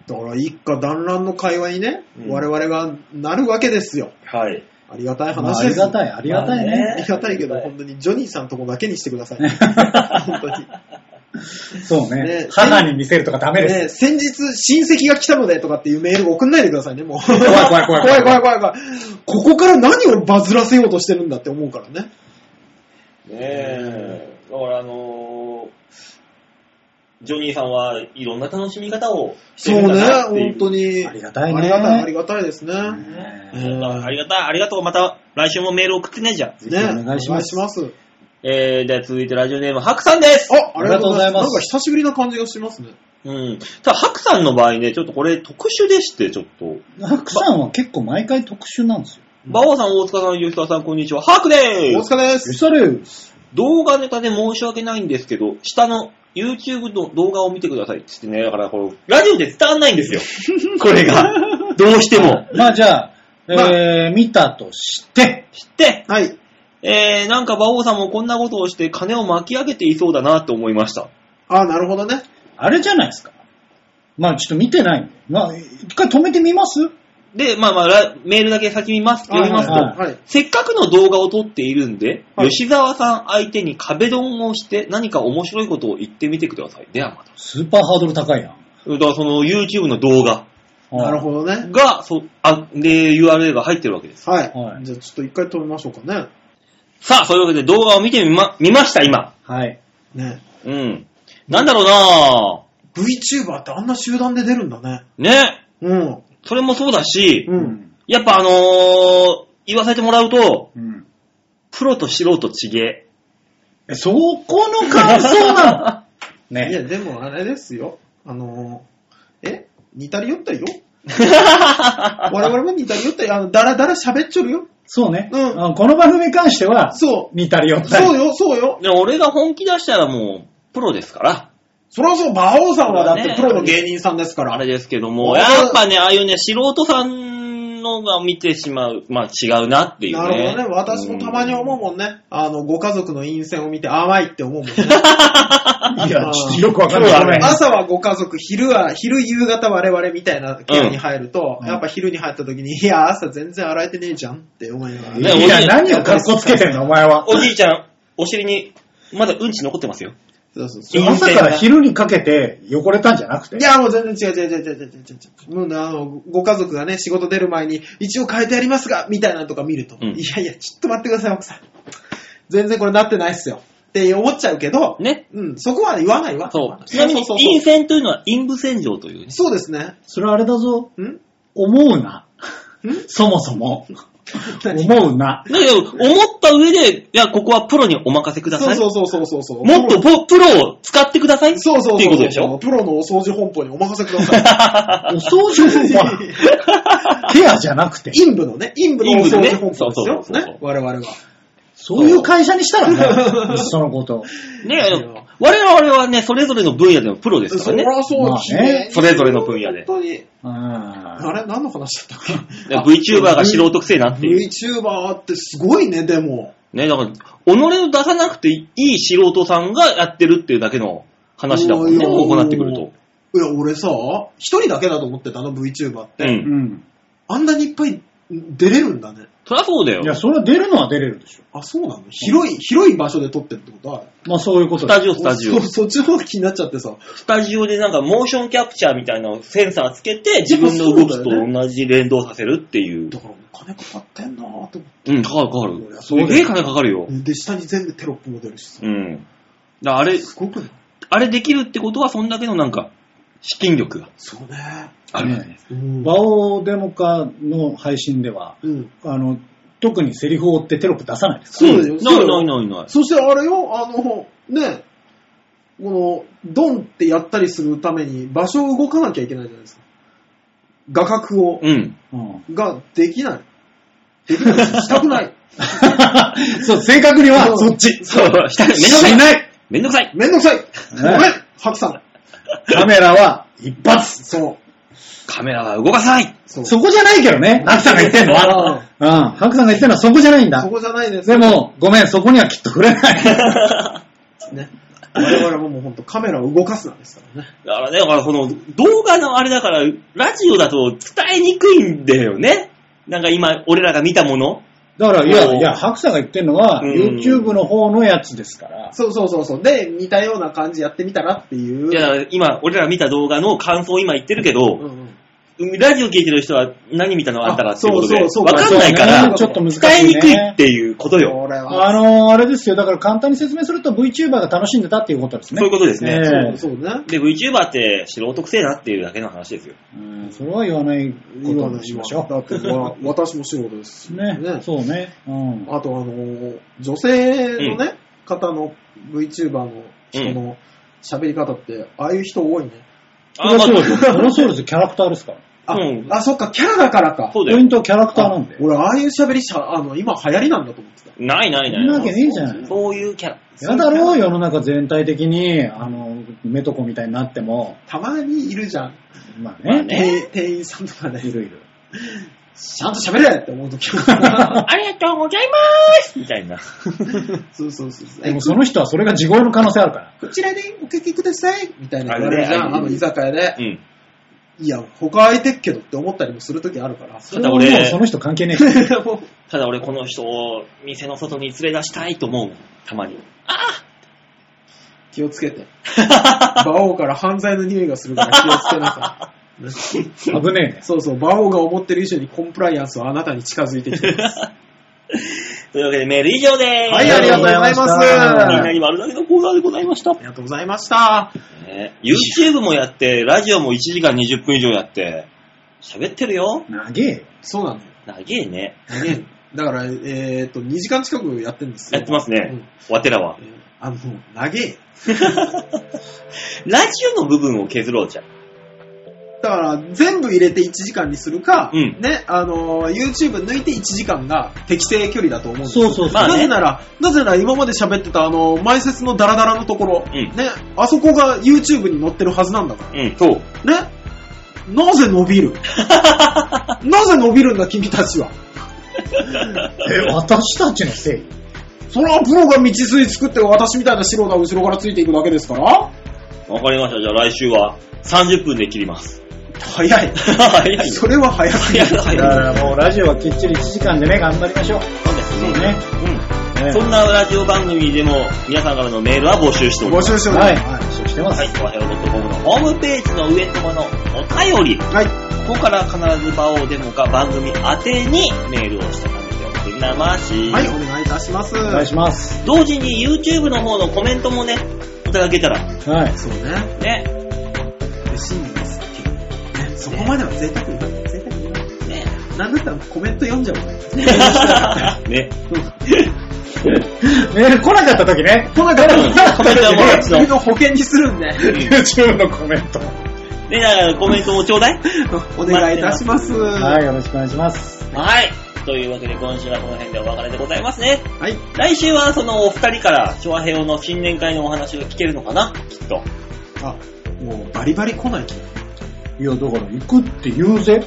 S2: だから、一家団らんの会話にね
S1: う、ん
S2: 我々がなるわけですよ。
S1: はい。
S2: ありがたい
S3: まあ
S2: 話
S3: あ
S2: で
S3: り
S2: す。
S3: がたい、ありがたい
S1: まあ
S2: あ
S1: ね
S3: ね。
S2: りがたいけど、本当にジョニーさんとこだけにしてく ださい。本当に。
S3: そうね
S2: ね。
S3: 母に見せるとかダメです。
S2: ね、先日親戚が来たのでとかっていうメール送んないでくださいね、もう。怖い
S3: 怖い怖い怖い
S2: 怖い怖い怖い。ここから何をバズらせようとしてるんだって思うからね。
S1: ねえ、だからあのージョニーさんはいろんな楽しみ方をして
S2: そう
S1: るん
S2: ね、
S1: だなっていう。
S2: 本当に。
S3: ありがたいね
S2: ありがたい、ありがたいですね。
S3: ね
S2: に
S1: ありがたい、ありがとう。また来週もメール送ってね、じゃあ。
S3: ぜひお願いします
S2: お願いします。
S1: えー、じゃあ続いてラジオネーム、ハクさんです
S2: あ、
S3: あ
S2: あり
S3: りが
S2: が
S3: と
S2: と
S3: う
S2: う
S3: ご
S2: ご
S3: ざ
S2: ざ
S3: い
S2: い
S3: ま
S2: ますす。なんか久しぶりな感じがしますね。
S1: うん。ただ、ハクさんの場合ね、ちょっとこれ特殊でして、ちょっと。
S3: ハクさんは結構毎回特集なんですよ。
S1: 馬王さん、大塚さん、吉川さん、こんにちは。ハクで
S2: お
S1: ーす
S2: 疲れで
S3: よ
S2: す。
S3: される。
S1: 動画ネタで申し訳ないんですけど、下の YouTube の動画を見てくださいって言ってね、だからこの、ラジオで伝わんないんですよ。 これが。どうしても。
S3: まあじゃあ、えー、見たとして、
S1: 知って、
S2: はい。
S1: えー、なんか馬王さんもこんなことをして金を巻き上げていそうだなって思いました。
S2: あ、なるほどね。
S3: あれじゃないですか。まあちょっと見てないんで。まあ、一回止めてみます
S1: で、まあまあ、ラメールだけ先見ます、読みますと、
S2: はいはい。
S1: せっかくの動画を撮っているんで、
S2: はい
S1: 吉沢さん相手に壁ドンをして何か面白いことを言ってみてください。ではまた。
S3: スーパーハードル高いな。
S1: だからその YouTube の動画
S2: なるほどね。
S1: が、そあで URL が入ってるわけです。
S2: はい。
S3: はい
S2: じゃあちょっと一回止めましょうかね。
S1: さあ、そういうわけで動画を見てみま、見ました、今。
S3: ど。はい。
S2: ね。
S1: うん。なんだろう
S2: VTuber ってあんな集団で出るんだね。
S1: なぁ。ね。
S2: うん。
S1: それもそうだし、
S2: う。。
S3: うん
S1: やっぱあのー、言わせてもらうと、
S3: うん。
S1: プロと素人ちげえ。
S3: え、そこの感想なの
S2: いや、
S3: ね。
S2: でもあれですよ。あのー、え似たり寄 ったりよ我々も似たり寄ったり、あの、だらだら喋っちょるよ。
S3: そうね。
S2: うん
S3: あのこの番組に関しては、
S2: そう。
S3: 似たり寄ったり。
S2: そうよ、そうよ。
S1: で俺が本気出したらもう、プロですから。
S2: そらそう、馬王さんはだっ
S1: ね
S2: てプロの芸人さんですか
S1: あ
S2: ら。
S1: れですけども、
S2: あ
S1: やっぱね、ああいうね、素人さんのが見てしまう、まあ違うなっていうね。
S2: なるほどね。私もたまに思うもんね。あの、ご家族の陰線を見て甘いって思うもん ね。
S3: いや、ちょっとよくわかんない。
S1: そうだね
S2: 朝はご家族、昼は、昼夕方我々みたいなケアに入ると、
S3: うん
S2: やっぱ昼に入った時に、いや、朝全然洗えてねえじゃんって思いながら。
S1: ね
S3: いや、何を格好つけてんの、お前は。
S1: おじいちゃん、お尻に、まだうんち残ってますよ。
S2: そうそうそう。
S1: 陰
S3: 朝
S1: 性
S3: か
S1: だ
S3: ら昼にかけて汚れたんじゃなくて。
S2: いや、もう全然違う違う違う違う違う違う。もうね、あの、ご家族がね、仕事出る前に、一応変えてやりますが、みたいなのとか見ると、
S1: うん
S2: いやいや、ちょっと待ってください、奥さん。全然これなってないっすよ。って思っちゃうけど、
S1: ね。
S2: うん、そこはね言わないわ。
S1: そう。ちなみに、
S2: そうそう
S1: 陰線というのは陰部洗浄というね。
S2: そうですね。
S3: それはあれだぞ。
S2: ん
S3: 思うな。
S2: ん
S3: そもそも。
S2: 何
S3: 思うな。
S1: だけど、思った上で、いや、ここはプロにお任せくださ
S2: そう
S1: い。
S2: そうそうそうそうそう。
S1: もっとポプロを使ってください。
S2: そうそ
S1: っ
S2: うそうそう。
S1: ていうことでし ょ
S2: プロのお掃除本舗にお任せくださ
S3: お掃除本舗 な。ケアじゃなくて
S2: い。。陰部のね、陰部のお掃除本
S1: 陰部のねそ
S2: 舗
S1: う
S2: です
S1: そう
S2: よ。
S1: そうそう
S2: ね、我々は。
S3: そういう会社にしたらね、いっ そのこと。
S1: ね我々はね、それぞれの分野でのプロですか
S2: そ
S1: ら
S2: り
S1: ね。
S2: ゃそうです
S3: まあね
S2: ね。
S1: それぞれの分野で。
S2: 本当に。
S3: う
S2: あ
S3: ん。
S2: れ何の話だったっけ
S1: で VTuber が素人くせえなっていう。
S2: VTuber ってすごいね、でも。
S1: ね、だから、己を出さなくていい素人さんがやってるっていうだけの話だもんね、
S2: う
S1: こ
S2: ん
S1: うなってくると。
S2: いや、俺さ、一人だけだと思ってたの、VTuber って。
S1: う。
S3: うんん。
S2: あんなにいっぱい出れるんだね。
S1: そりゃそうだよ
S3: い。や、それは出るのは出れるでしょ。
S2: あ、そうなの広い、広い場所で撮ってるってことは、
S3: まあそういうこ
S1: ス
S3: とで
S1: タジオ、スタジオ
S2: そ。そっちの方が気になっちゃってさ。
S1: スタジオでなんかモーションキャプチャーみたいなセンサーつけて、自分の動きと同じ連動させるっていう。
S2: だからお金かかってんなぁと思っ
S1: うん、かかるかかる。す
S2: そうだよ
S1: げえ金かかるよ。
S2: て。で、下に全部テロップも出るしさ
S1: う。ん。だからあれ、
S2: すごくない
S1: あれできるってことは、そんだけのなんか、資金力が
S2: そうね。
S1: ある。
S3: ね
S2: うん。
S3: バオデモカの配信では、
S2: うん。
S3: あの、特にセリフを追ってテロップ出さないです。
S2: そうだ
S1: な
S2: よ。
S1: い
S2: そう
S1: な
S2: だ
S1: い
S2: よ
S1: ないない。
S2: そしてあれよ、あの、ね、この、ドンってやったりするために場所を動かなきゃいけないじゃないですか。画角を、
S1: うん。
S3: うん、
S2: ができない。できないし、 したくない。
S3: そう、正確にはそっち。
S1: ち。そう、 しためんどくさ
S3: し
S1: い。
S3: ない
S1: めんどくさい。
S2: めんどくさい。ごめん、白さん。
S3: カメラは一発
S2: そう。
S1: カメラは動かさない。
S2: そう。
S3: そこじゃないけどね、ハクさんが言ってんの
S2: あ
S3: は。うん、ハクさんが言ってんのはそこじゃないんだ
S2: そ。こじゃないです。
S3: でも、ごめん、そこにはきっと触れ ない。
S2: ね。我々ももう本当カメラを動かすなんですからね。
S1: だからね、だからこの動画のあれだから、ラジオだと伝えにくいんだよね。なんか今、俺らが見たもの。
S3: だから、い
S1: お
S3: や、
S1: う
S3: いや、ハクさんが言ってんのは、
S1: うん
S3: YouTube の方のやつですから。
S2: そうそうそうそう。で、似たような感じやってみたらっていう。
S1: いや、だから今、俺ら見た動画の感想を今言ってるけ
S2: うんう
S1: ど、
S2: ん。
S1: ラジオ聞いてる人は何見たのあんたらっていうことで、
S2: あそうそうそう
S1: わかんないか
S3: そう
S1: ら
S3: ね、ちょっと難しい、ね。
S1: 伝えにくいっていうことよ。
S2: これは。
S3: あのーあれですよ、だから簡単に説明すると VTuber が楽しんでたっていうことですね。
S1: そういうことですね。
S3: ええ
S2: そうね。
S1: で、VTuber って素人くせえなっていうだけの話ですよ。
S3: うんそれは言わないことにしましょ
S2: だって、わ私も仕事ですし
S3: う。ねそうね。うん。
S2: あと、あの、女性のね、方の VTuber の人の喋り方って、ああいう人多いね。
S3: そりゃそう ですよ。
S1: まあ
S3: そりゃそうですよ。キャラクターですから。
S2: あ、
S1: うん
S2: あ、そっか、キャラだからか。
S1: そうだ
S3: ポイ
S1: よ
S3: ン。トはキャラクターなんで。
S2: 俺、ああいう喋りしゃ、あの、今流行りなんだと思ってた。
S1: ないない
S3: そんな
S1: な
S3: わ
S1: い。
S3: けねえじゃん。
S1: そういうキャラ。
S3: やだろう、世の中全体的に、あの、メトコみたいになっても、
S2: たまにいるじゃん。
S3: まあ
S1: まあ
S3: ね、
S1: ね
S2: 店店員さんとかね
S3: い、るいる。
S2: ちゃんと喋れって思うときは。
S1: ありがとうございまーすみたいな。
S2: そうそうそうそう。
S3: でもその人はそれが地声の可能性あるから。
S2: こちらでおかけくださいみたいな言われるじ
S1: あ
S2: ゃ
S1: れ
S2: ん、
S1: ね
S2: あの居酒屋で
S1: う。ん。
S2: いや、他空いてっけどって思ったりもするときあるから。
S3: それはもうその人関係ねえから。
S2: も
S1: ただ俺この人を店の外に連れ出したいと思う。たまに。
S2: う気をつけ て。馬王から犯罪の匂いがするから気をつけなさい。 ね
S3: 危ねえね。
S2: そうそう、馬王が思ってる以上にコンプライアンスはあなたに近づいてきてます。
S1: というわけでメール以上でーす。
S2: はい、ありがとうございます。
S3: あ
S1: みん
S3: りがとうございました
S1: なに丸投げのコーナーでございました。
S2: ありがとうございました。
S1: ね YouTube もやって、ラジオも1時間20分以上やって、喋ってるよ。
S3: 長え よ。
S2: そうなのよ。
S1: 長えね。
S2: ねだから、えーっと、2時間近くやってるんですよ。
S1: やってます
S2: うん
S1: ね。わてらは。
S2: あの、長え。
S1: ラジオの部分を削ろうじゃん。
S2: だから、全部入れて1時間にするか、
S1: うん
S2: ね、あの、YouTube 抜いて1時間が適正距離だと思うんですよ
S3: そうそうそう
S1: まあね
S2: なぜなら、なぜなら今まで喋ってたあの、前説のダラダラのところ、
S1: ん
S2: ね、あそこが YouTube に載ってるはずなんだか
S1: うん、そう。
S2: ら、ね。なぜ伸びるなぜ伸びるんだ君たちは。
S3: え、私たちのせい
S2: そらプロが道筋作って私みたいな素人は後ろからついていくだけですから。
S1: わかりました。じゃあ来週は30分で切ります。
S2: 早い。
S1: 早いよ。
S2: それは早すぎる。
S1: 早い
S3: だからもうラジオはきっちり1時間でね、頑張りましょう。
S1: そうです
S3: そうね。
S1: うん
S3: ね
S1: そんなラジオ番組でも皆さんからのメールは募集しており
S2: 募
S1: ます。
S2: 集しておりま
S3: は
S2: す
S3: い。。そうしてます。
S1: はい、コアヘロドットコムのホームページの上のところのお便り、
S2: はい。
S1: ここから必ず場をデモか番組宛てにメールをしたためております。
S2: はい、お願いいたします。
S3: お願いします。
S1: 同時に YouTube の方のコメントもね、いただけたら、
S3: はい。
S2: そうね。
S1: ね、
S2: 嬉しいんですけ どね。そこまでは贅沢になる。贅沢になる。
S1: ね、
S2: なんだったらコメント読んじゃおうね。
S1: ね、
S3: メール来なかった時ね。来なかった時
S1: コメントはもらう
S2: 君の保険にするんで、
S3: YouTube のコメント。
S1: ね、だからコメントもちょうだい。
S2: お願いいたします。は
S3: はい、よろしくお願いします。
S1: はい。というわけで今週はこの辺でお別れでございますね。
S2: い。
S1: 来週はそのお二人から、昭和平和の新年会のお話が聞けるのかなきっと。
S2: あ、もうバリバリ来ない気
S3: いや、だから行くって言うぜ。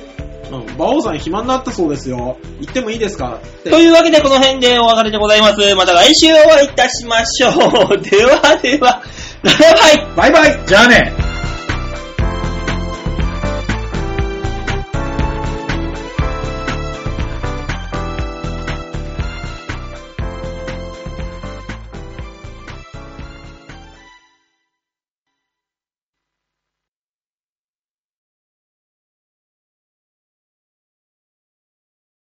S2: うん。馬王さん暇になったそうですよ。行ってもいいですかっ て
S1: というわけでこの辺でお別れでございます。また 来週お会いいたしましょう。ではでは、バイバイ
S3: バイバイじゃあね